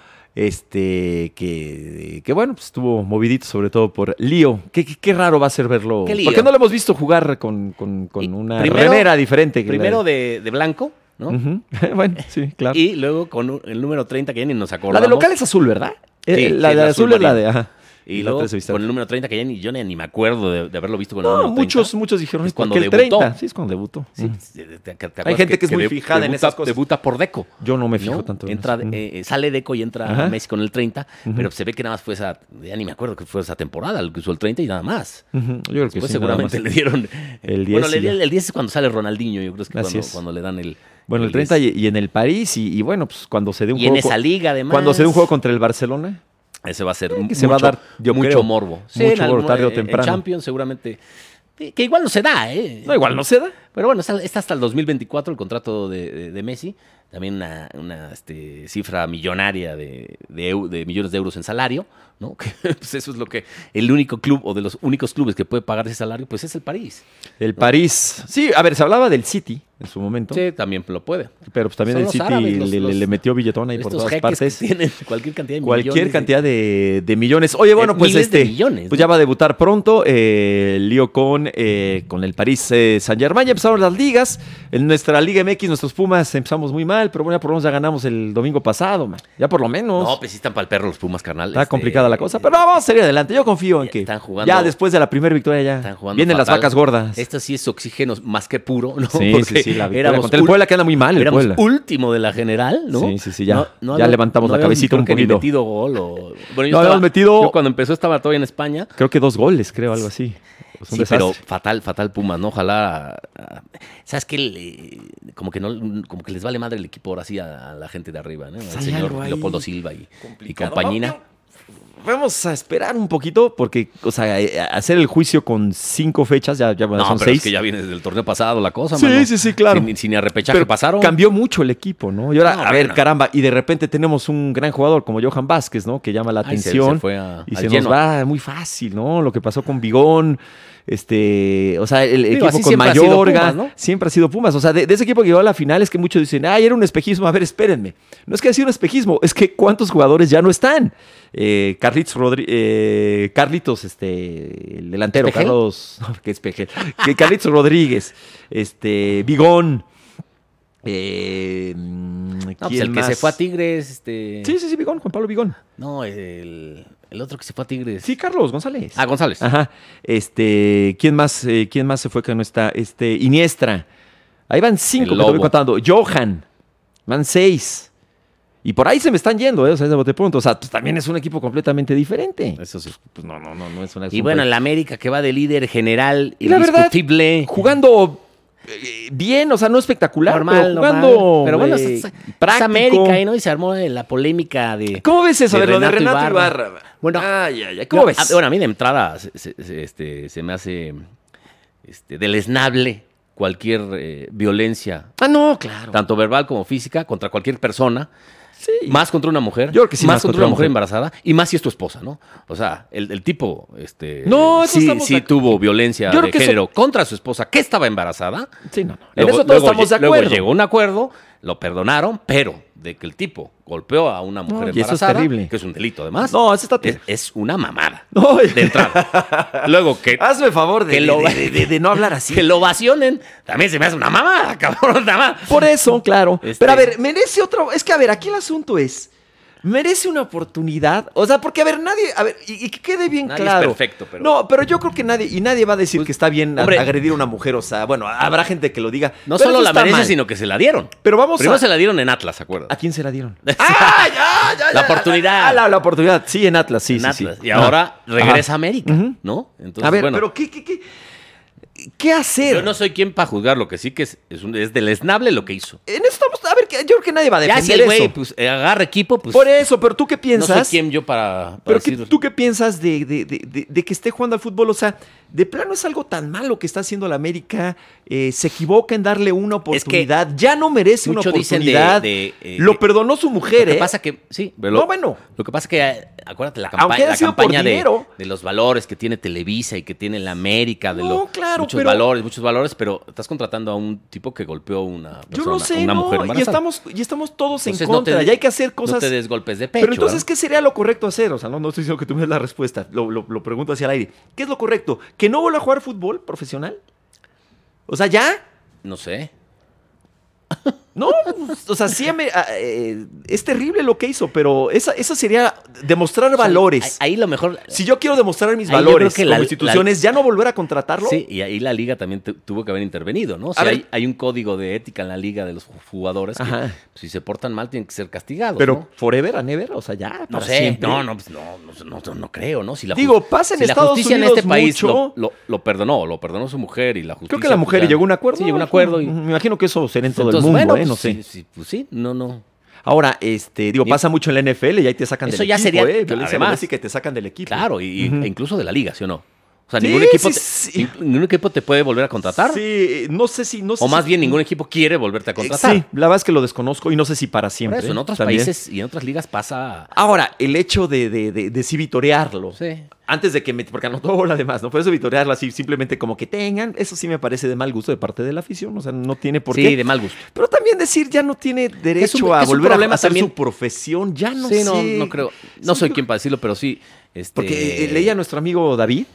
Este, que, que bueno, pues estuvo movidito sobre todo por Lío. Qué, qué- qué raro va a ser verlo. ¿Qué Lío? Porque no lo hemos visto jugar con, con- con Y una primero- remera diferente. que la- Primero de, de blanco, ¿no? Ujú. bueno, sí, claro. Y luego con un- el número 30 que ya ni nos acordamos. la de local es azul, ¿verdad? Sí, Eh, la sí, de es azul, azul es la de. marino. ajá. Y, la luego otra es vista. con el número 30, que ya ni, yo ni, ni me acuerdo de, de haberlo visto con el No, número 30. muchos, muchos dijeron Es cuando cuando el debutó. 30. Sí, es cuando debutó. Sí, Ujú. te- te- te acuerdas gente que es muy fijada en debuta- esas cosas. Debuta por Deco. Yo no me fijo ¿no? tanto. en Entra, eso. Mm. eh, eh, sale Deco y entra Ajá. Messi con el 30, Ujú. pero se ve que nada más fue esa, ya ni me acuerdo que fue esa temporada, el que usó el 30 y nada más. Ujú, Yo creo que Después sí, nada seguramente más. le dieron El Bueno, 10 y le ya. dieron el 10 es cuando sale Ronaldinho, yo creo que es Así cuando, es. cuando le dan el Bueno, el 10. 30 y, y en el París y, y bueno, pues cuando se dé un Y en juego. co- esa liga además. cuando se dé un juego contra el Barcelona. Ese va a ser que mucho, se va a dar, yo mucho creo, morbo. mucho en morbo, algún- tarde o en- en temprano. Champions seguramente. Que que igual no se da, ¿eh? No, igual no se da. Pero bueno, está, está hasta el 2024 el contrato de, de- de Messi. También una, una, este, cifra millonaria de, de eu- de millones de euros en salario, ¿no? Que, pues eso es lo que el único club o de los únicos clubes que puede pagar ese salario, pues es el París. El París. Sí, a ver, se hablaba del City en su momento. Sí, también lo puede. Pero pues también Son el los City árabes, los- le, le- los- le metió billetón ahí por Estos todas jeques partes. que tienen cualquier cantidad de Cualquier millones de- cantidad de, de millones. Oye, bueno, Eh, pues miles de este. millones, pues ¿no? ya va a debutar pronto. Eh, lío con, eh, con el París eh, Saint Germain. Ya empezaron las ligas. En nuestra Liga MX, nuestros Pumas empezamos muy mal, pero bueno, ya por lo menos ya ganamos el domingo pasado, man. Ya por lo menos. No, pues sí están para el perro los Pumas, carnal. Está Este, complicada la cosa, pero vamos a seguir adelante. Yo confío en Ya que están jugando- ya después de la primera victoria ya Están jugando vienen las fatal. vacas gordas. Esto sí es oxígeno más que puro, ¿no? sí, sí, Porque sí, la victoria éramos contra el ul- Puebla que anda muy mal, el éramos Puebla. último de la general, ¿no? Sí, sí, sí, ya. Ya había- levantamos la habíamos cabecita creo un que ni poquito. metido gol o... Bueno, yo No, habíamos metido- yo cuando empezó estaba todavía en España. Creo que dos goles, creo, algo así. Es Pues un Sí, pero desastre. fatal, fatal Pumas, ¿no? Ojalá... ah, ¿Sabes qué? Le- como, que no, como que les vale madre el equipo ahora sí a, a la gente de arriba, ¿no? Al Hay señor algo ahí Leopoldo Silva y, y complicado. compañina. Vamos a esperar un poquito porque, o sea, eh, hacer el juicio con cinco fechas, ya, ya No, son pero seis. es que ya viene desde el torneo pasado la cosa, Sí, mano. sí, sí, claro. Sin, sin ni a repechaje Pero pasaron. cambió mucho el equipo, ¿no? Y ahora, No, a ver, bueno. caramba, y de repente tenemos un gran jugador como Johan Vázquez, ¿no? Que llama la Ay, se- se atención. fue a- y al se nos Genoa. va muy fácil, ¿no? Lo que pasó con Bigón, este, o sea, el equipo así con siempre ha sido Mayorga, Pumas, ¿no? siempre ha sido Pumas. O sea, de, de ese equipo que llegó a la final es que muchos dicen, ay, era un espejismo. A ver, espérenme. No es que haya sido un espejismo, es que cuántos jugadores ya no están. Eh, Carlitos, Rodri- eh, Carlitos, este, el delantero, ¿Espejel? Carlos, no, que espejel, que Carlitos Rodríguez, este, Bigón. Eh, mm, No, pues ¿quién el que se más? fue a Tigres, este... Sí, sí, sí, Bigón, Juan Pablo Bigón. No, el, el otro que se fue a Tigres. Sí, Carlos González. Ah, González. Ajá. Este, ¿quién más, eh, quién más se fue que no está? Este, Iniestra. Ahí van cinco El que te voy Lobo. contando. Johan. Van seis. Y por ahí se me están yendo, ¿eh? O sea, de bote pronto. O sea, pues, también es un equipo completamente diferente. Eso sí. Pues no, no, no, no es una Y bueno, el América que va de líder general, Y la verdad, indiscutible. jugando eh, bien, o sea, no espectacular, normal, pero normal. jugando Pero bueno, eh, es, es práctico. América, ¿eh, ¿no? Y se armó eh, la polémica de... ¿Cómo ves eso? de de lo de Renato Renato Ibarra. Ibarra. Bueno, ay, ay, ay, ¿cómo Yo- ves? a- bueno, a mí de entrada se, se- se- este, se me hace este, deleznable cualquier eh, violencia, ah, no, claro. tanto verbal como física, contra cualquier persona. Sí. Más contra una mujer. Yo creo que sí, más, contra, una mujer, embarazada. Y más si es tu esposa, ¿no? O sea, el, el tipo, este. No, eso sí, estamos sí de- tuvo violencia Yo creo de que eso- género contra su esposa, que estaba embarazada. Sí, no, no. En Luego- eso todos luego estamos de lle- luego acuerdo. llegó un acuerdo, lo perdonaron, pero de que el tipo golpeó a una mujer y eso es embarazada, terrible. que es un delito además, No, eso está es, terrible. es una mamada. No, Eh, De entrada. Luego que, hazme favor de, Que lo- de- de- de- de no hablar así. que lo vacionen, también se me hace una mamada, cabrón, nada más. Por eso, claro. Este- Pero a ver, merece otro. Es que, a ver, aquí el asunto es. Merece una oportunidad. O sea, porque, a ver, nadie. A ver, y, y que quede bien Nadie es claro. perfecto, pero- Pues, No, pero yo creo que nadie. Y nadie va a decir que está bien a- hombre. agredir a una mujer. O sea, bueno, habrá gente que lo diga. No pero solo eso la está merece, mal. sino que se la dieron. Pero vamos Primero a. se la dieron en Atlas, ¿se acuerdan? ¿A quién se la dieron? ¡Ah, ya, Ah, ya, La oportunidad. ah, la, la oportunidad. Sí, en Atlas, sí, en sí, Atlas. sí. Y Ajá. ahora regresa Ajá. a América, Ujú. ¿no? Entonces, a ver, bueno, pero ¿qué, qué, qué, qué hacer? yo no soy quien para juzgar lo que sí que es, es, un- es deleznable lo que hizo. En eso estamos. A ver, que- yo creo que nadie va a Ya defender si el güey eso. pues, eh, agarra equipo, pues Por eso, pero tú qué no piensas. soy quien yo para, para Pero ¿qué- decir- ¿tú qué piensas de, de- de- de- de que esté jugando al fútbol? O sea, de plano es algo tan malo que está haciendo la América. eh, se equivoca en darle una que oportunidad. ya no merece una mucho dicen de- oportunidad. de, eh, lo perdonó su mujer, Lo que ¿eh? pasa que, sí, pero No, lo- bueno. Lo que pasa que, eh, acuérdate, la, Aunque campa- haya la sido por campaña de, dinero. de los valores que tiene Televisa y que tiene la América, de No, los claro, muchos pero- valores, muchos valores, pero estás contratando a un tipo que golpeó a una persona, Yo no sé, una no. mujer y, embarazada. estamos, y estamos todos Entonces, en no te contra. de- y hay que hacer No cosas. te des golpes de pecho. ¿eh? pero entonces, ¿verdad? ¿qué sería lo correcto hacer? O sea, no, no estoy diciendo que tú me des la respuesta. Lo, lo- lo pregunto hacia el aire. ¿Qué es lo correcto? ¿Que no vuelva a jugar fútbol profesional? O sea, ¿ya? No sé. No, pues, o sea, sí me- a- eh, es terrible lo que hizo, pero esa, esa sería demostrar valores. Ahí, ahí lo mejor. si yo quiero demostrar mis ahí yo valores creo que como la- institución la- es ya no volver a contratarlo. Sí, y ahí la liga también tu- tuvo que haber intervenido, ¿no? O A sea, ver. hay, hay un código de ética en la liga de los jugadores que Ajá. si se portan mal tienen que ser castigados. pero ¿no? forever and ever, o sea, ya. No para sé, siempre. no, no, pues, no, no, no, no, no creo, ¿no? Si la Digo, jus- pasa en si la Estados justicia Unidos en este país mucho. Lo, lo- lo perdonó, lo perdonó su mujer y la justicia. Creo que la mujer pues, ya- llegó a un acuerdo. Sí, llegó a un ¿no? acuerdo. Y, Me imagino que eso será en todo entonces, el mundo, bueno, ¿eh? No pues, sé. sí, sí, pues sí, no, no. Ahora, este, digo, Y- pasa mucho en la NFL y ahí te sacan Eso del ya equipo, sería- ¿eh? Violencia además. doméstica y te sacan del equipo. Claro, y, y- Ujú. e incluso de la liga, ¿sí o no? O sea, Sí, ningún, equipo sí, te, sí. nin- ningún equipo te puede volver a contratar. Sí, eh, no sé si... No sé o más si- bien, ningún equipo quiere volverte a Eh, contratar. Sí, la verdad es que lo desconozco y no sé si para Por siempre. eso, en ¿eh? otros También. países y en otras ligas pasa. Ahora, el hecho de, de, de, de sí vitorearlo. Sí. Antes de que me. Porque anotó gol además, ¿no? Por eso vitorearlo así, simplemente como que tengan. Eso sí me parece de mal gusto de parte de la afición. O sea, no tiene por sí, qué. de mal gusto. Pero también decir ya no tiene derecho es un- a es un volver problema a hacer también. su profesión. Ya Ah, no sí, sé. no, no creo. No soy quien para decirlo, pero sí. Este... Porque eh, leía a nuestro amigo David.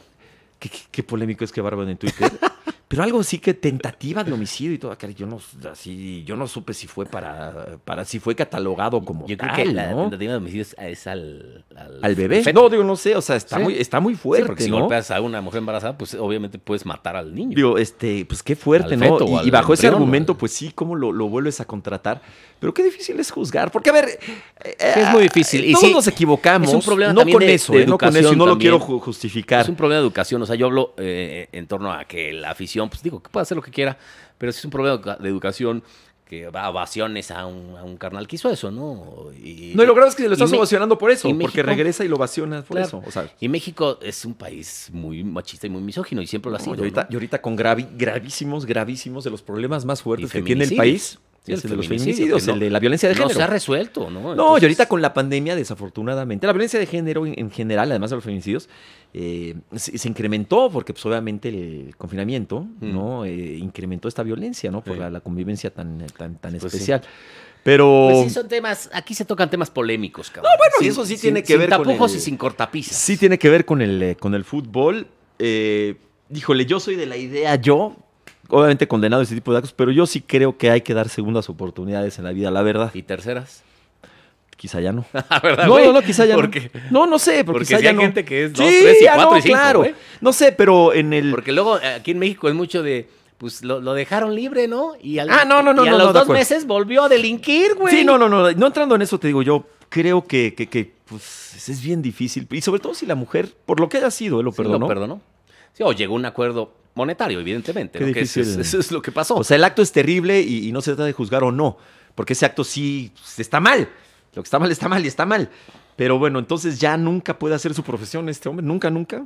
que- que- Qué, polémico es que bárbaro en Twitter. Pero algo sí que tentativa de homicidio y todo acá, yo no así, yo no supe si fue para, para si fue catalogado como Yo creo tal, que la ¿no? tentativa de homicidio es, es al, al, al bebé. feto. No, digo, no sé, o sea, está, Sí. muy, está muy Sí, fuerte, porque si ¿no? golpeas a una mujer embarazada, pues obviamente puedes matar al niño. Digo, este, pues qué fuerte, Al ¿no? feto o Y- y, al bajo ese embrión, argumento, güey. pues sí, cómo lo, lo vuelves a contratar. Pero qué difícil es juzgar, porque a ver, eh, es muy difícil. Y todos sí, nos equivocamos. es un problema no también con de- eso, de eh, no con eso, y educación no lo también. quiero ju- justificar. Es un problema de educación. O sea, yo hablo eh, en torno a que la afición, pues digo, que puede hacer lo que quiera, pero sí es un problema de educa- de educación que va a ovaciones a un, a un carnal que hizo eso, ¿no? Y, No, y lo grave es que lo estás y me- ovacionando por eso, y porque México- regresa y lo ovacionas por Claro. eso. O sea, Y México es un país muy machista y muy misógino y siempre lo ha sido. y, ahorita, y ahorita con gravi- gravísimos, gravísimos de los problemas más fuertes que tiene el feminicidios. país. Sí, es el el de los feminicidio, feminicidios, que no- el de la violencia de ¿no? No género. se ha resuelto, ¿no? No, Entonces- pues, y ahorita con la pandemia, desafortunadamente, la violencia de género en, en general, además de los feminicidios, eh, se, se incrementó porque pues, obviamente el confinamiento Mm. no Eh, incrementó esta violencia, ¿no? Por Sí. la, la convivencia tan, tan, tan Pues sí. especial. Pero Pues sí, son temas, aquí se tocan temas polémicos, cabrón. bueno, y eso sí tiene que sin ver con tapujos el- y sin cortapisas. sí tiene que ver con el, eh, con el fútbol. Eh, híjole, yo soy de la idea, yo, obviamente condenado a ese tipo de actos, pero yo sí creo que hay que dar segundas oportunidades en la vida, la verdad. Y terceras. Quizá ya no. La verdad, No, güey. no, no, quizá ya porque, no. No, no sé, pero porque quizá sí ya hay no. gente que es dos, tres y cuatro y cinco, claro. güey. No sé, pero en el... Porque luego eh, aquí en México es mucho de, pues lo, lo dejaron libre, ¿no? Y al, Ah, no, no, no, y a no, los no, de dos acuerdo. meses volvió a delinquir, güey. Sí, no, no, no, no entrando en eso te digo, yo creo que, que, que, pues, es bien difícil. Y sobre todo si la mujer, por lo que haya sido, él lo Sí, perdonó. lo perdonó. Sí, o llegó a un acuerdo monetario, evidentemente. Qué ¿no? Que eso, es, difícil. eso es lo que pasó. O sea, el acto es terrible y, y no se trata de juzgar o no, porque ese acto sí pues, está mal. Lo que está mal está mal y está mal. Pero bueno, entonces ya nunca puede hacer su profesión este hombre, nunca, nunca.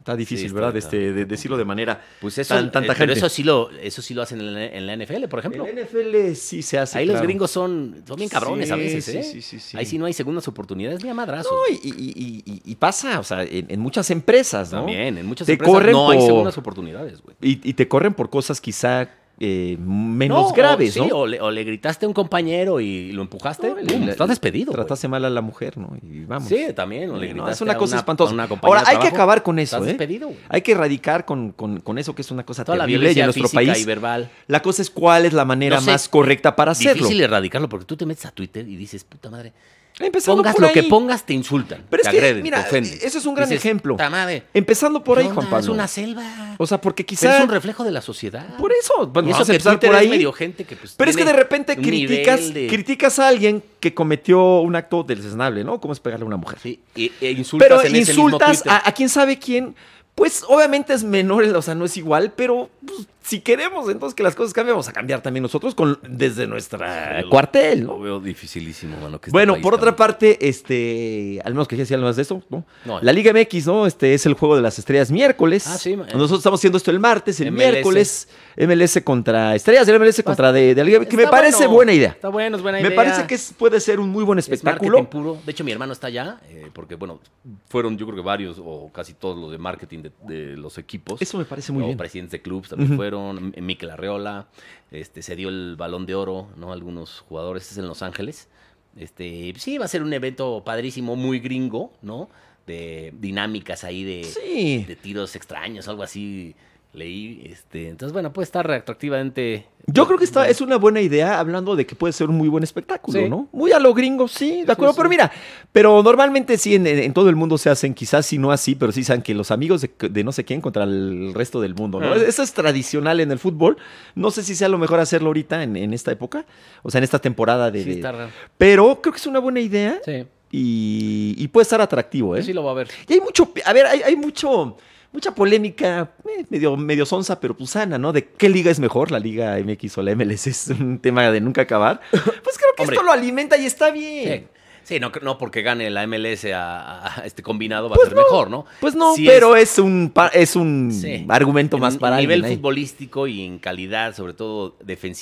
Está difícil, está- ¿verdad? está- Este, de, decirlo de manera Pues eso, tan- tanta eh, pero gente. eso sí lo, eso sí lo hacen en la, en la NFL, por ejemplo. El NFL sí se hace. Ahí los claro. gringos son, son bien cabrones a Sí, veces, sí, ¿eh? sí, sí, sí. Ahí sí no hay segundas oportunidades ni a madrazos. No, y, y- y- y- y pasa, o sea, en, en muchas empresas, ¿no? También, en muchas Te empresas corren no hay por- segundas oportunidades, güey. Y, y te corren por cosas quizá eh, menos No, o- graves, Sí, ¿no? o le, o le gritaste a un compañero y lo empujaste, No, ¡pum! le- estás le- despedido, güey. Trataste mal a la mujer, ¿no? Y vamos. Sí, también, o le Eh, No, gritaste es una a cosa a espantosa. una compañera Ahora, de hay que trabajo, acabar con eso, Estás ¿eh? despedido, güey. Hay que erradicar con, con- con- con eso, que es una cosa Toda la terrible y violencia en nuestro física país. y verbal. La cosa es cuál es la manera No sé, eh, más correcta para hacerlo. Difícil erradicarlo porque tú te metes a Twitter y dices, puta madre, Empezando pongas por lo ahí. que pongas, te insultan. Pero te es que, agreden, mira, te ofenden. eso es un gran Dices, ejemplo. "Puta madre, Empezando por ¿qué ahí, onda? Juan Pablo. Es una selva. O sea, porque Pero quizás es un reflejo de la sociedad. Por eso, bueno, Y vamos eso a que empezar Twitter por es ahí. medio gente que, pues, Pero es que de tiene repente un criticas, nivel de- criticas a alguien que cometió un acto desesnable, ¿no? Como es pegarle a una mujer. Sí, e- e insultas Pero en ese mismo insultas Twitter. a, a quién sabe quién. Pues obviamente es menor, o sea, no es igual, pero pues, si queremos entonces que las cosas cambien, vamos a cambiar también nosotros con, desde nuestra Sí, lo- cuartel, ¿no? Lo veo dificilísimo, mano, que este Bueno, país por otra cambie. parte, este, al menos que decía algo más de eso, ¿no? No. eh. La Liga MX, ¿no? Este es el juego de las estrellas miércoles. Ah, sí, ma- Nosotros estamos haciendo esto el martes, el MLS. miércoles, MLS contra estrellas del MLS contra de, de la Liga MX, que me Está parece bueno, buena idea. Está bueno, es buena Me idea. parece que es- puede ser un muy buen Es espectáculo. marketing puro. De hecho, mi hermano está allá, eh, porque, bueno, fueron yo creo que varios o casi todos los de marketing de, de los equipos. Eso me parece muy O bien. presidentes de clubs también Ujú. fueron. M- Mikel Arreola, este, se dio el balón de oro, ¿no? Algunos jugadores, este es en Los Ángeles. Este, sí, va a ser un evento padrísimo, muy gringo, ¿no? De dinámicas ahí de, Sí. de tiros extraños, algo así. Leí, este, entonces, bueno, puede estar atractivamente. Yo creo que está, es una buena idea hablando de que puede ser un muy buen espectáculo, Sí. ¿no? Muy a lo gringo, sí, de acuerdo. sí. Pero mira, pero normalmente sí, en, en todo el mundo se hacen, quizás si no así, pero sí saben que los amigos de, de no sé quién contra el resto del mundo, ¿no? Ah. Eso es tradicional en el fútbol. No sé si sea lo mejor hacerlo ahorita en, en esta época, o sea, en esta temporada de... Sí, de- está raro. Pero creo que es una buena idea Sí, y, y puede estar atractivo, yo ¿eh? sí lo va a ver. Y hay mucho, a ver, hay, hay mucho, mucha polémica, eh, medio, medio sonsa, pero pues sana, ¿no? De qué liga es mejor, la Liga MX o la MLS, es un tema de nunca acabar. Pues creo que Hombre. esto lo alimenta y está Sí. bien. Sí, no, cre- no porque gane la MLS a, a- a este combinado va Pues a ser mejor, ¿no? Pues no, Sí pero es, un, pa- es un Sí. argumento más en- para en nivel alguien ¿eh? ahí. futbolístico y en calidad, sobre todo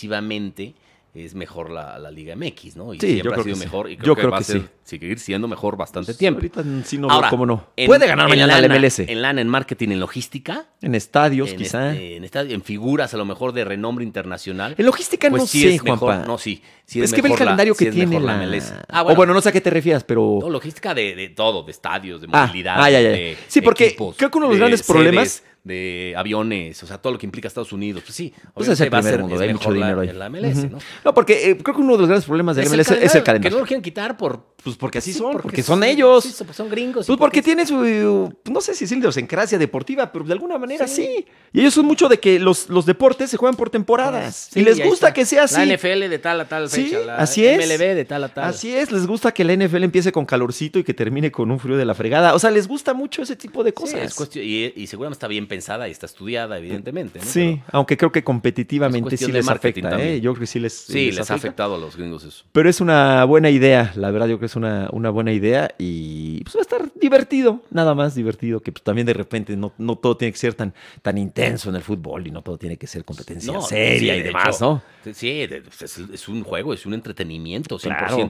defensivamente, es mejor la, la Liga MX, ¿no? Y Sí, yo siempre creo ha que sido sí. mejor y creo Yo que creo va que a ser- sí. seguir siendo mejor bastante tiempo. Ahorita sí no Ahora, veo cómo no. en- Puede ganar en mañana la lana, MLS. En, En lana, en marketing, en logística. estadios, en quizá. este- en, esta- en figuras, a lo mejor de renombre internacional. en logística no pues sí sé, es mejor. Juanpa. No, sí. sí es, que ve el mejor la- calendario sí que es tiene mejor la MLS. Ah, bueno. O bueno, no sé a qué te refieras, pero... No, logística de, de todo, de estadios, de Ah, movilidad. ah, ya, ya, ya. de Sí, porque creo que uno de los grandes problemas- sedes, de aviones, o sea, todo lo que implica Estados Unidos. Pues sí, Pues es el obviamente va a primer ser- mundo, es hay mejor mucho dinero la, ahí. la MLS, Ujú. ¿no? No, porque eh, creo que uno de los grandes problemas del MLS es el, Que no calendario. lo quieren quitar por... Pues porque así sí, son, porque, son ellos. sí, so- son gringos. pues y porque tiene su, eh, no sé si es idiosincrasia deportiva, pero de alguna manera sí. Sí. Y ellos son mucho de que los, los deportes se juegan por temporadas. Ah, Sí, y les ahí gusta está. que sea La así. NFL de tal a tal Sí, fecha. la así es. MLB de tal a tal. Así es, les gusta que la NFL empiece con calorcito y que termine con un frío de la fregada. O sea, les gusta mucho ese tipo de Sí, cosas. es cuestión- y, y seguramente está bien pensada y está estudiada, evidentemente. ¿no? Sí, aunque creo que competitivamente es cuestión sí de les marketing afecta. ¿eh? también. Yo creo que sí les, Pero- sí, les ha afectado a los gringos eso. Pero es una buena idea, la verdad yo creo que es una, una buena idea y pues va a estar divertido, nada más divertido, que pues también de repente no, no todo tiene que ser tan, tan intenso en el fútbol y no todo tiene que ser competencia No, seria sí, y de demás, hecho. ¿no? Sí, de- pues, es, es un juego, es un entretenimiento, 100%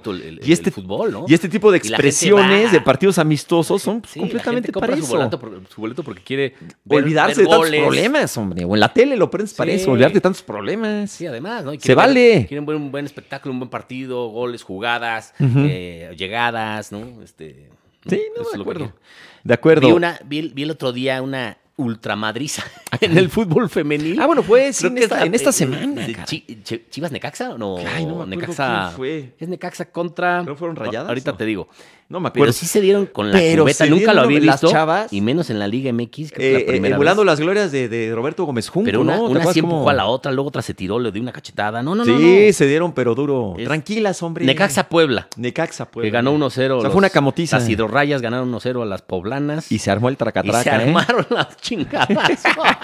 Claro. el, el- Y este- el fútbol, ¿no? Y este tipo de Y la gente expresiones va. de partidos amistosos son pues, Sí, la gente completamente compra para su eso. Boleto por- su boleto porque quiere ver- Olvidarse ver de tantos goles. problemas, hombre. O en la tele lo prendes para Sí. eso, olvidarte de tantos problemas. Sí, además, ¿no? Y Se quieren ver- vale. Quieren ver un buen espectáculo, un buen partido, goles, jugadas, Ujú. eh, llegadas, ¿no? Este, Sí, Eso no, es de lo que acuerdo. quieren. De acuerdo. Vi, una, vi, el- vi el otro día una ultramadriza en el fútbol femenil. Ah, bueno, fue sí, Creo en, que es esta, la- en esta eh, semana. de caray. Chi- Chi- ¿Chivas Necaxa o no? Ay, no me acuerdo Necaxa. quién fue. Es Necaxa contra. ¿No fueron Rayadas? Ahorita No. te digo. No me acuerdo. Pero sí se dieron con la Pero cubeta. se Nunca dieron lo había las visto. chavas. Y menos en la Liga MX, que Eh, fue la primera eh, volando vez. las glorias de, de Roberto Gómez Junco, Pero una, ¿no? ¿Te una acuerdas sí empujó cómo? a la otra, luego otra se tiró, le dio una cachetada. No, no, no. sí, no. se dieron, pero duro. Es- Tranquilas, hombre. Necaxa Puebla, Necaxa, pues. que ganó 1-0. O sea, los- fue una camotiza. Las hidrorrayas ganaron 1-0 a las poblanas. Y se armó el y se tracatraca, ¿eh? armaron las chingadas.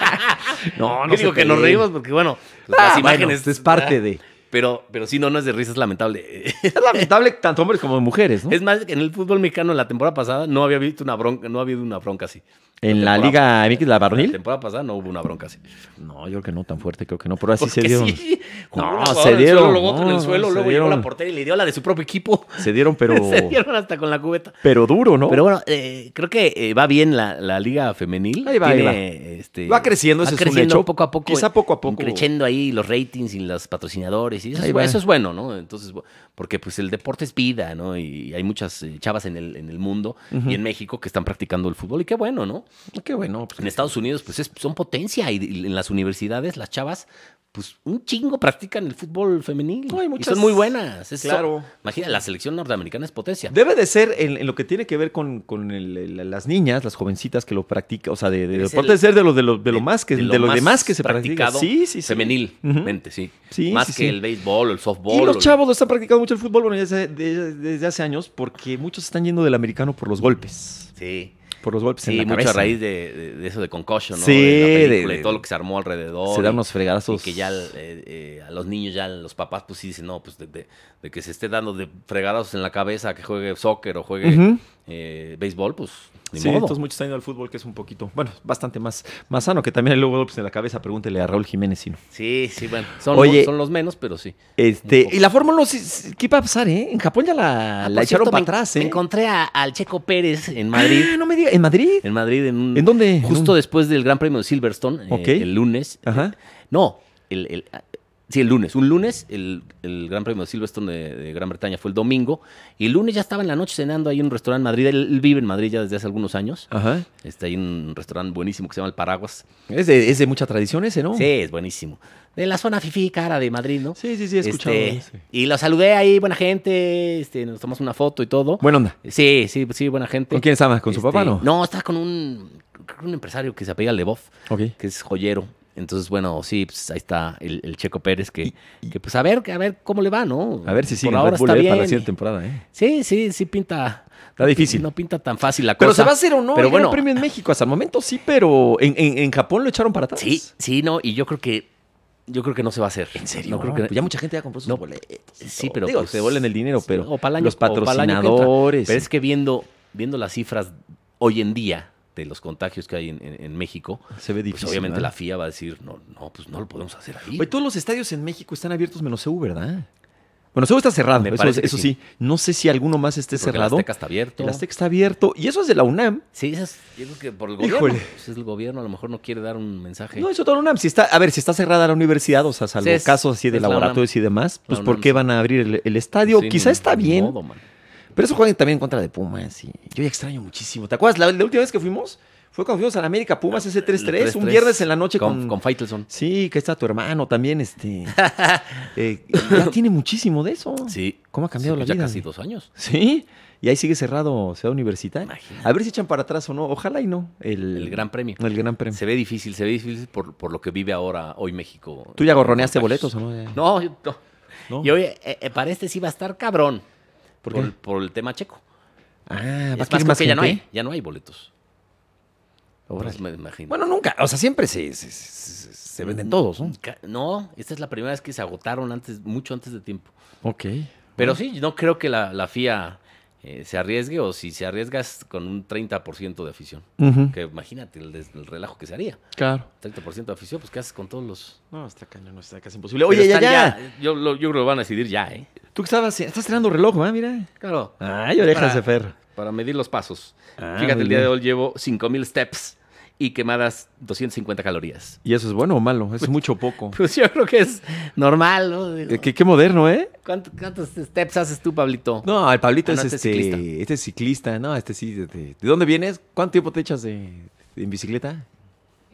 No, Yo digo se que nos peleen. reímos porque, bueno, pues, Ah, las bueno, imágenes. es parte de. Pero, pero sí, no, no es de risa, es lamentable. Es lamentable tanto hombres como mujeres, ¿no? Es más, en el fútbol mexicano la temporada pasada no había visto una bronca, no había habido una bronca así. En la, Liga MX, la La varonil. temporada pasada no hubo una bronca así. No, yo creo que no tan fuerte, creo que no. Pero así Porque se dieron. sí, jugó No, una jugadora se en el dieron, suelo, luego otra en no, el suelo, se luego llegó la dieron. portera y le dio la de su propio equipo. Se dieron, pero, Se dieron hasta con la cubeta. pero duro, ¿no? Oh. Pero bueno, eh, creo que eh, va bien la, la liga femenil. Ahí va, ahí este, Va creciendo, ese es un hecho. poco a poco. Quizá poco a poco. Creciendo ahí los ratings y los patrocinadores. Y eso, Ahí es, va. eso es bueno, ¿no? Entonces, bu- porque pues el deporte es vida, ¿no? Y hay muchas eh, chavas en el, en el mundo Ujú. y en México que están practicando el fútbol. Y qué bueno, ¿no? Qué bueno. pues, En Estados Unidos, pues es- son potencia. Y, y en las universidades, las chavas, pues un chingo practican el fútbol femenil. No, hay y muchas- son muy buenas. Es- Claro. Imagina, la selección norteamericana es potencia. Debe de ser en, en lo que tiene que ver con, con el- el- las niñas, las jovencitas que lo practican, o sea, de, de Debe deporte ser- de ser de lo, de lo, de lo más que de lo demás que se practica. practicado Sí, sí, sí. Femenilmente, sí. Sí, Más sí, que sí. el béisbol, o el softball. Y o los el- chavos lo están practicando mucho el fútbol, bueno, ya desde, desde- desde hace años, porque muchos están yendo del americano por los golpes. Sí. Por los golpes Sí, en la mucho cabeza. a raíz de, de- de eso de Concussion, ¿no? Sí, de, la de- película y de- todo lo que se armó alrededor. Se y- dan unos y fregadazos. que ya eh, eh, a los niños, ya los papás, pues sí dicen, no, pues de, de- de que se esté dando de fregados en la cabeza, que juegue soccer o juegue Ujú. eh, béisbol, pues ni Sí, modo. entonces muchos están yendo al fútbol, que es un poquito, bueno, bastante más, más sano, que también luego golpes en la cabeza, pregúntele a Raúl Jiménez, si no. Sí, sí, bueno. Son, Oye. son los menos, pero sí. Este, poco. y la Fórmula 1, sí, sí, ¿qué va a pasar, eh? En Japón ya la, Ah, la por echaron cierto, para me- atrás, me eh. encontré a- al Checo Pérez en Madrid. Ah, no me digas, ¿en Madrid? En Madrid, en un. ¿En dónde? Justo ¿En un- después del Gran Premio de Silverstone, eh, Ok. Ah. el lunes. Ajá. No, el, el- ah, sí, el lunes. Un lunes, el, el Gran Premio de Silverstone de, de Gran Bretaña fue el domingo. Y el lunes ya estaba en la noche cenando ahí en un restaurante en Madrid. Él, él vive en Madrid ya desde hace algunos años. Ajá. Está ahí un restaurante buenísimo que se llama El Paraguas. Es de, es de mucha tradición ese, ¿no? Sí, es buenísimo. De la zona fifí cara de Madrid, ¿no? Oh. sí, sí, sí, he escuchado. Este, sí. Y lo saludé ahí, buena gente. Este, nos tomamos una foto y todo. Buena onda. Sí, sí, sí, buena gente. ¿Con quién estaba? ¿Con su Este, papá, no? No, está con un, creo que un empresario que se apellida Lebov, Ok. que es joyero. Entonces, bueno, sí, pues ahí está el, el Checo Pérez, que, que, pues a ver, a ver cómo le va, ¿no? A ver si sigue Por en ahora Red Bull está eh, para la bien. siguiente temporada, ¿eh? Sí, sí, sí pinta. Está difícil. No pinta tan fácil la Pero cosa. se va a hacer o no Pero el Gran bueno. premio en México. Hasta el momento sí, pero en, en- en Japón lo echaron para atrás. Sí, sí, no, y yo creo que, yo creo que no se va a hacer. ¿En serio? No creo No, que- pues ya mucha gente ya compró sus No, boletos. y sí, todo. pero Digo, pues, se vuelven el dinero, pero o para el año- los o para el año que entra. patrocinadores. Pero es que viendo, viendo las cifras hoy en día de los contagios que hay en, en- en México, se ve difícil. pues obviamente ¿verdad? la FIA va a decir, no, no, pues no lo podemos hacer ahí. Oye, todos los estadios en México están abiertos menos EU, ¿verdad? Bueno, Seúl está cerrado, Me eso, parece que eso sí. sí. No sé si alguno más esté Porque cerrado. El Azteca está abierto. El Azteca está abierto. Y eso es de la UNAM. Sí, eso es, yo creo que por el gobierno. Híjole. Pues es el gobierno, a lo mejor no quiere dar un mensaje. No, eso todo UNAM. Si está, a ver, si está cerrada la universidad, o sea, salvo Sí, es- casos así de es la laboratorios y demás, pues La ¿por UNAM, qué sí. van a abrir el, el estadio? Sí, Quizá ni- está ni bien, modo, man. pero eso juegan también en contra de Pumas. y yo ya extraño muchísimo. ¿Te acuerdas? La, la última vez que fuimos fue cuando fuimos a la América Pumas ese 3-3, un 3-3, viernes en la noche con, con... con Faitelson. Sí, que está tu hermano también, este... eh, ya tiene muchísimo de eso. Sí. ¿Cómo ha cambiado Sí, la ya vida? casi dos años. Sí, y ahí sigue cerrado Ciudad Universitaria. Imagínate. A ver si echan para atrás o no. Ojalá y no. El, El Gran Premio. El Gran Premio. Se ve difícil, se ve difícil por, por lo que vive ahora, hoy México. ¿Tú ya gorroneaste Contagios. boletos o no? No, yo no. ¿No? Yo, eh, eh, para este sí va a estar cabrón. ¿Por ¿Por, qué? el- por el tema checo. Ah, Es va a más, querer creo más que ya no hay, gente? ya no hay boletos. Órale. Pues me imagino. Bueno, nunca. O sea, siempre se, se- se- se venden todos, ¿no? Ca- no, esta es la primera vez que se agotaron antes, mucho antes de tiempo. Ok. Pero sí, no creo que la, la FIA eh, se arriesgue o si se arriesga es con un 30% de afición. Que imagínate el, des- el relajo que se haría. Claro. 30% de afición, pues ¿qué haces con todos los... No, está cañón, no está casi imposible. Oye, Pero ya, ya, están Yo, lo- yo creo que lo van a decidir ya, ¿eh? Tú que estabas, estás tirando reloj, ¿va? Mira. Claro. Ay, orejas Para- de Ah, fer. Para medir los pasos. Ah, Fíjate, muy el día de bien. hoy llevo 5000 steps y quemadas 250 calorías. ¿Y eso es bueno o malo? Es mucho o poco. Pues yo creo que es normal, ¿no? Digo, Eh, Qué, qué moderno, ¿eh? ¿cuánto- ¿Cuántos steps haces tú, Pablito? No, el Pablito Ah, es no, este es este, este ciclista. ciclista. No, este sí. de- de- ¿De dónde vienes? ¿Cuánto tiempo te echas de, de- en bicicleta?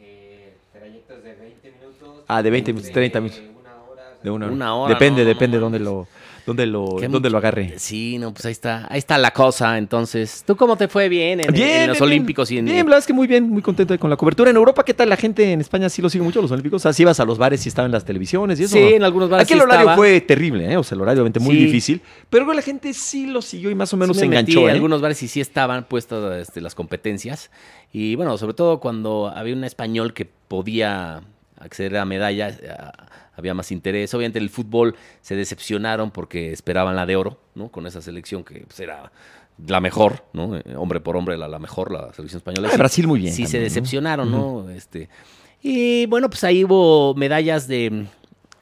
eh, trayectos de 20 minutos. Ah, de 20 minutos, 30 minutos. De una hora. o sea, De una hora. Una hora, Depende, no, no depende dónde mames. lo, dónde lo, Qué dónde mucho- lo agarre. Sí, no, pues ahí está, ahí está la cosa. Entonces, ¿tú cómo te fue bien en, en los Olímpicos y en, Bien, la verdad es que muy bien, muy contento con la cobertura. En Europa, ¿qué tal? La gente en España sí lo sigue mucho, los Olímpicos. O sea, sí ibas a los bares y estaban las televisiones y eso. Sí, ¿no? en algunos bares Aquí sí el horario estaba. fue terrible, ¿eh? O sea, el horario obviamente muy Sí. difícil. Pero creo que la gente sí lo siguió y más o menos Sí se me metí enganchó, en ¿eh? algunos bares y sí estaban puestas este, las competencias. Y bueno, sobre todo cuando había un español que podía acceder eh, a medallas, a, había más interés. Obviamente el fútbol se decepcionaron porque esperaban la de oro, ¿no? Con esa selección que pues, era la mejor, ¿no? Eh, Hombre por hombre, la, la mejor, la selección española. Ah, Brasil muy bien. Sí, se también, ¿no? decepcionaron, ¿no? Este, y bueno, pues ahí hubo medallas de.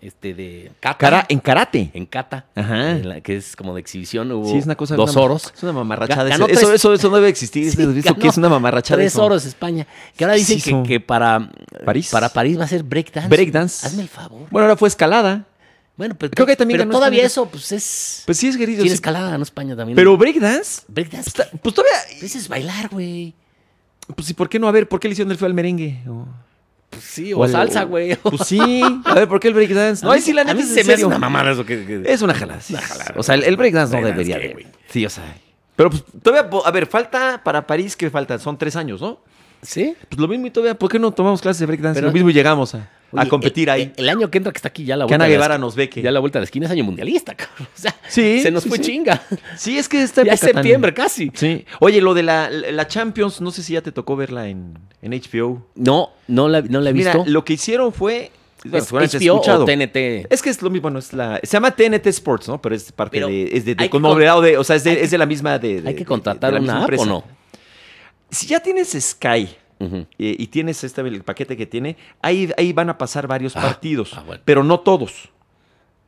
Este, de kata, Cara, en karate. en kata, Ajá. en la- que es como de exhibición. Hubo Ah. Sí, es una cosa. dos una- oros. Es una mamarrachada. Ganó ese- eso, tres- eso, eso no debe existir. Sí, ¿Has visto ganó que es una mamarrachada. Tres eso? oros España. Que ahora dicen Sí, son- que, que para París. para París va a ser breakdance. Breakdance. Hazme el favor. Bueno, ahora fue escalada. Bueno, pero, Creo que también pero ganó todavía España. eso pues es Pues sí, es querido. tiene sí. escalada, ganó España también. Pero breakdance. breakdance Pues, ta- pues todavía. pues es bailar, güey. Pues sí, ¿por qué no? A ver, ¿por qué le hicieron el feo al merengue? O- Pues sí, o al- o- Pues sí. A ver, ¿por qué el breakdance? No, A ahí mí- sí, la a neta mí es en se me hace serio. una mamada eso que, que- Es una jalada. sí. Una jalada. O sea, el, el breakdance no Breakdance, debería ¿qué, de- güey? Sí, o sea. Pero pues todavía, po- a ver, falta para París que falta, son tres años, ¿no? Sí. Pues lo mismo y todavía, ¿por qué no tomamos clases de breakdance? Pero- lo mismo y llegamos a, a Oye, competir el- ahí. El, año que entra que está aquí ya que la vuelta. Ana de la Guevara esqui- nos ve que. Ya la vuelta de la esquina es año mundialista, cabrón. O sea, Sí, se nos sí, fue sí. chinga. Sí, es que esta Ya es época tan- septiembre casi. Sí. Oye, lo de la, la Champions, no sé si ya te tocó verla en, en HBO. No, no la, no la he Mira, visto. lo que hicieron fue. bueno, es seguramente has HBO o escuchado. Eh, TNT. Es que es lo mismo, bueno, es la, se llama TNT Sports, ¿no? Pero es parte Pero de, es de, de hay que conglomerado de, o sea, es de, hay que- es de la misma de, de- Hay de- que de contratar la misma una app o empresa. no. Si ya tienes Sky Ujú. eh, y tienes este el paquete que tiene, ahí, ahí van a pasar varios Ah, partidos, ah, bueno. pero no todos.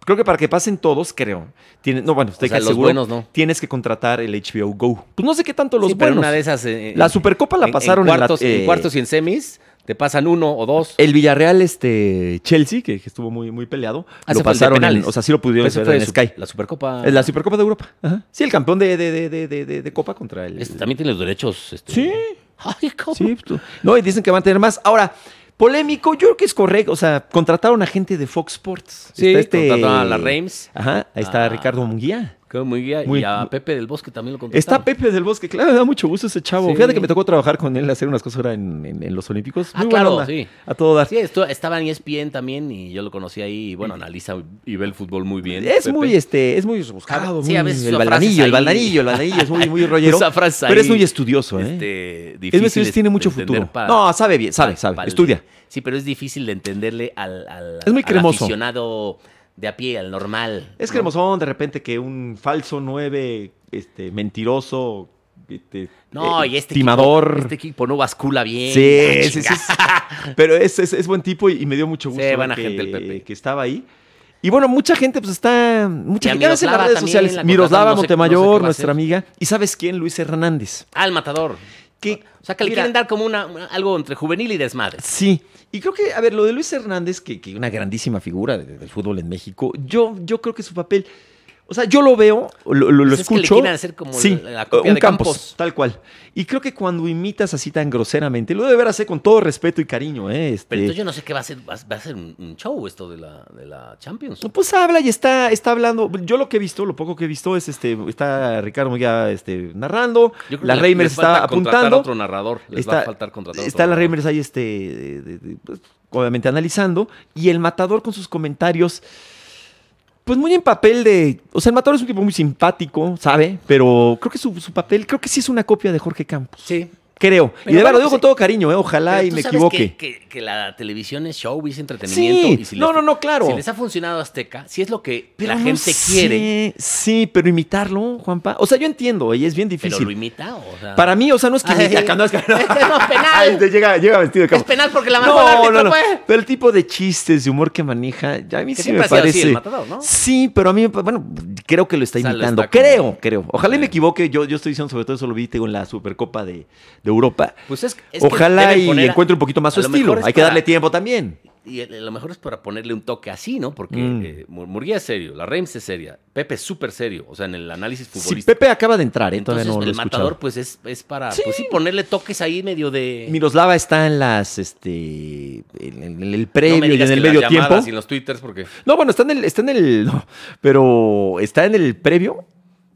Creo que para que pasen todos, creo. Tiene, no, bueno, estoy sea, casi los seguro, buenos no. Tienes que contratar el HBO Go. Pues no sé qué tanto los Sí, pero buenos. una de esas. eh, la Supercopa Pues la en- pasaron en en, cuartos, la, en eh, cuartos y en semis. Te pasan uno o dos. El Villarreal, este Chelsea, que, que estuvo muy, muy peleado, Ah, ese lo fue el de pasaron. en- penales. o sea, sí lo pudieron Ese hacer fue en su- Sky. La Supercopa. Es la Supercopa de Europa. Ajá. Sí, el campeón de, de- de- de- de- de- de Copa contra el. Este también tiene los derechos. este- Sí. Ay, ¿cómo? Sí, pues, tú- no, y dicen que van a tener más. Ahora, polémico, yo creo que es correcto. O sea, contrataron a gente de Fox Sports. Sí, Está este contrataron a la Reims. Ajá, ahí está Ah. Ricardo Munguía. Quedó muy guía. Muy- y a Pepe del Bosque también lo contrataron. Está Pepe del Bosque, claro, me da mucho gusto ese chavo. Sí. Fíjate que me tocó trabajar con él, hacer unas cosas ahora en, en- en los Olímpicos. Ah, Muy buena claro, onda. sí. A todo dar. Sí, estu- estaba en E ESPN también y yo lo conocí ahí. Y bueno, analiza y ve el fútbol muy bien. Es Pepe. muy este, es muy buscado, Sí, a veces el usa frases baldanillo, el ahí. baldanillo, el baldanillo es muy, muy rollero. Usa frases Pero es ahí, muy estudioso, ¿eh? Este, es muy difíciles estudioso, tiene de mucho entender futuro. para- No, sabe bien, sabe, sabe, para el- estudia. Sí, pero es difícil de entenderle al, al, Es muy al cremoso. aficionado de a pie, al normal. Es ¿no? cremosón de repente que un falso 9, este, mentiroso, este, No, eh, y este timador. Equipo, este equipo no bascula bien. Sí, Ah, sí, sí, chinga. sí. Pero es, es- es buen tipo y, y me dio mucho gusto Sí, ver buena que, gente el Pepe. que estaba ahí. Y bueno, mucha gente pues está... Mucha Y a gente, ya ves en las Miroslava redes también, sociales. la Miroslava contrataron, no sé- no sé Montemayor, qué va a nuestra hacer. amiga. ¿Y sabes quién? Luis Hernández. Ah, el matador. Que, O sea, que le mira, quieren dar como una, una- algo entre juvenil y desmadre. Sí, y creo que, a ver, lo de Luis Hernández, que, que una grandísima figura de- de- del fútbol en México, yo, yo creo que su papel, o sea, yo lo veo, lo, lo- lo Pues es que le escucho. quieren hacer como la- la copia un de Campos. Tal cual. Y creo que cuando imitas así tan groseramente, lo debe hacer con todo respeto y cariño, ¿eh? Este, Pero entonces yo no sé qué va a ser. Va, a- va a ser un, un show esto de la, de la Champions. Pues habla y está, está hablando. Yo lo que he visto, lo poco que he visto es este, está Ricardo Muguía este, narrando, Yo creo la que le- Reimers les falta está contratar apuntando. otro narrador. Les va a faltar contratar otro está la narrador. Reimers ahí, este, de- de- de- pues, obviamente analizando. Y el matador con sus comentarios, pues muy en papel de. O sea, el matador es un tipo muy simpático, ¿sabe? Pero creo que su, su papel, creo que sí es una copia de Jorge Campos. Sí. Creo. y Pero de verdad bueno, lo digo pues, con todo cariño, ¿eh? ojalá Pero y tú me sabes equivoque. Que, que- que la televisión es show, es entretenimiento. Sí, y si les- no, no, no, claro. Si les ha funcionado Azteca, si es lo que Pero la no gente sé, quiere, Sí, pero imitarlo, Juanpa. O sea, yo entiendo, y es bien pero difícil. lo imita, o sea. Para mí, o sea, no es que Ay, imite- acá no es que- este no es penal. Ay, te llega, llega vestido de es campo. penal porque la mandó el No, árbitro, no, no. pues. Pero el tipo de chistes, de humor que maneja, ya a mí Que sí siempre me ha sido así, parece. el matador, ¿no? Sí, pero a mí, me pa- bueno, creo que lo está O sea, lo imitando. está como- creo, creo. Ojalá y me Ok. equivoque. Yo, yo estoy diciendo, sobre todo, eso lo vi digo, en la Supercopa de, de Europa. Pues es, es que Ojalá deben y poner a- encuentre un poquito más su a lo mejor estilo. es Hay que para- darle tiempo también. Y a lo mejor es para ponerle un toque así, ¿no? Porque Mm. eh, Mur- Murguía es serio, la Reims es seria, Pepe es súper serio, o sea, en el análisis Si futbolístico. Pepe acaba de entrar, ¿eh? todavía Entonces, no lo he el escuchado. matador, pues eh. es, es para Sí. pues, sí, ponerle toques ahí medio de. Miroslava está en las, este, en, en- en el No me previo y digas en el que las medio tiempo. llamadas Y en los twitters, porque. No, bueno, está en el, está en el, no, pero está en el previo.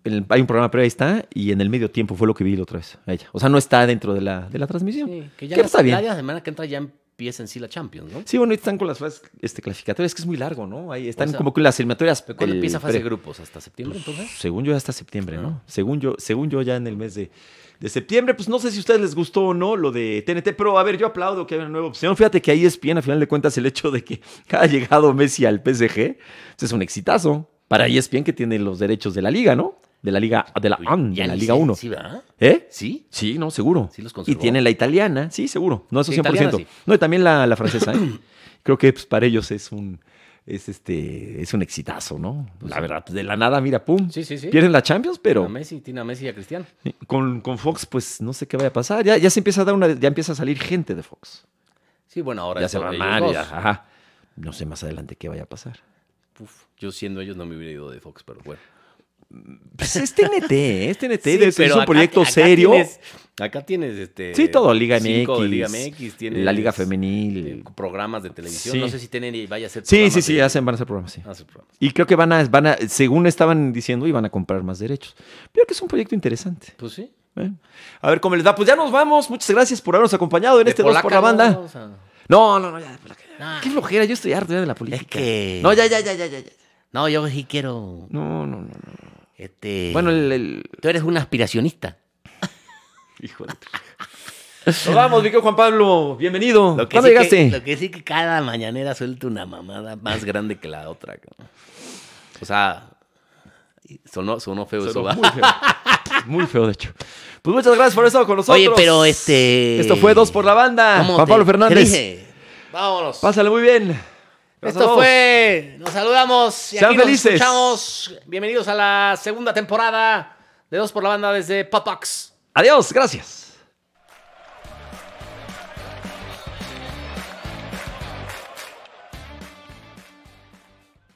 en el- hay un programa previo, ahí está, y en el medio tiempo fue lo que vi la otra vez. a Ella. O sea, no está dentro de la, de la transmisión. que ya Que la, está bien. la semana que entra ya pies en sí la Champions, ¿no? Sí, bueno, ahorita están con las fases este, clasificatorias, que es muy largo, ¿no? Ahí están O sea, como que las eliminatorias. ¿Pero ¿Cuándo el empieza fase pre- de grupos? ¿Hasta septiembre entonces? Según yo hasta septiembre, ¿no? Ah. Según yo, según yo ya en el mes de, de septiembre, pues no sé si a ustedes les gustó o no lo de TNT, pero a ver, yo aplaudo que hay una nueva opción. Fíjate que ahí es bien, a final de cuentas, el hecho de que ha llegado Messi al PSG, pues es un exitazo para ESPN que tiene los derechos de la liga, ¿no? De la liga de la, AN, de Ya la ni Liga sé, 1. Sí, ¿verdad? ¿Eh? ¿Sí? Sí, no, seguro. Sí los y conservó. tiene la italiana, sí, seguro. No, eso Sí, 100%. italiana, sí. No, y también la, la francesa. ¿eh? Creo que pues, para ellos es un es este es un exitazo, ¿no? Pues La verdad, pues, de la nada, mira, pum. Sí, sí, sí. Pierden la Champions, Pero, a pero Messi, tiene a Messi y a Cristiano. con, con Fox, pues no sé qué vaya a pasar. Ya, ya se empieza a dar una, ya empieza a salir gente de Fox. Sí, bueno, ahora ya es se va ellos mal, dos. ya, ajá. No sé más adelante qué vaya a pasar. Uf, yo siendo ellos no me hubiera ido de Fox, pero bueno. Pues es TNT, ¿eh? es TNT, Sí, de- es pero un acá- proyecto acá serio. tienes- acá tienes este. Sí, todo, Liga cinco de MX, Liga MX, tienes, la Liga eh, Femenil. Programas de televisión. Sí. No sé si tienen vaya a ser. Sí, programas sí, sí, de- Ah, hacen, van a hacer programas, sí. hacen programas. Y creo que van a, van a, según estaban diciendo, iban a comprar más derechos. Creo que es un proyecto interesante. Pues sí. ¿eh? A ver cómo les da. Pues ya nos vamos. Muchas gracias por habernos acompañado en De este dos por polaca, la ¿no? banda. O sea, No, no, no, ya. de polaca. Nah. Qué flojera, yo estoy harto ya de la política. que- No, ya, ya, ya, ya, ya. ya. no, yo sí quiero. No, no, no. no. Este, Bueno, el, el- tú eres un aspiracionista. Hijo de... nos vamos, mi querido Juan Pablo. Bienvenido. Lo que ¿Cuándo sí que- llegaste? lo que sí que cada mañanera suelta una mamada más grande que la otra. cabrón. O sea, sonó, sonó feo eso, Sonó ¿va? muy feo. Muy feo, de hecho. Pues muchas gracias por estar con nosotros. Oye, pero este. Esto fue Dos por la Banda. Ah. ¿Cómo Juan te- Pablo te Fernández. dije? Vámonos. Pásale muy bien. Gracias a Esto todos. fue. Nos saludamos. Y Sean aquí nos felices. escuchamos. Bienvenidos a la segunda temporada de Dos por la Banda desde Papax. Adiós, gracias.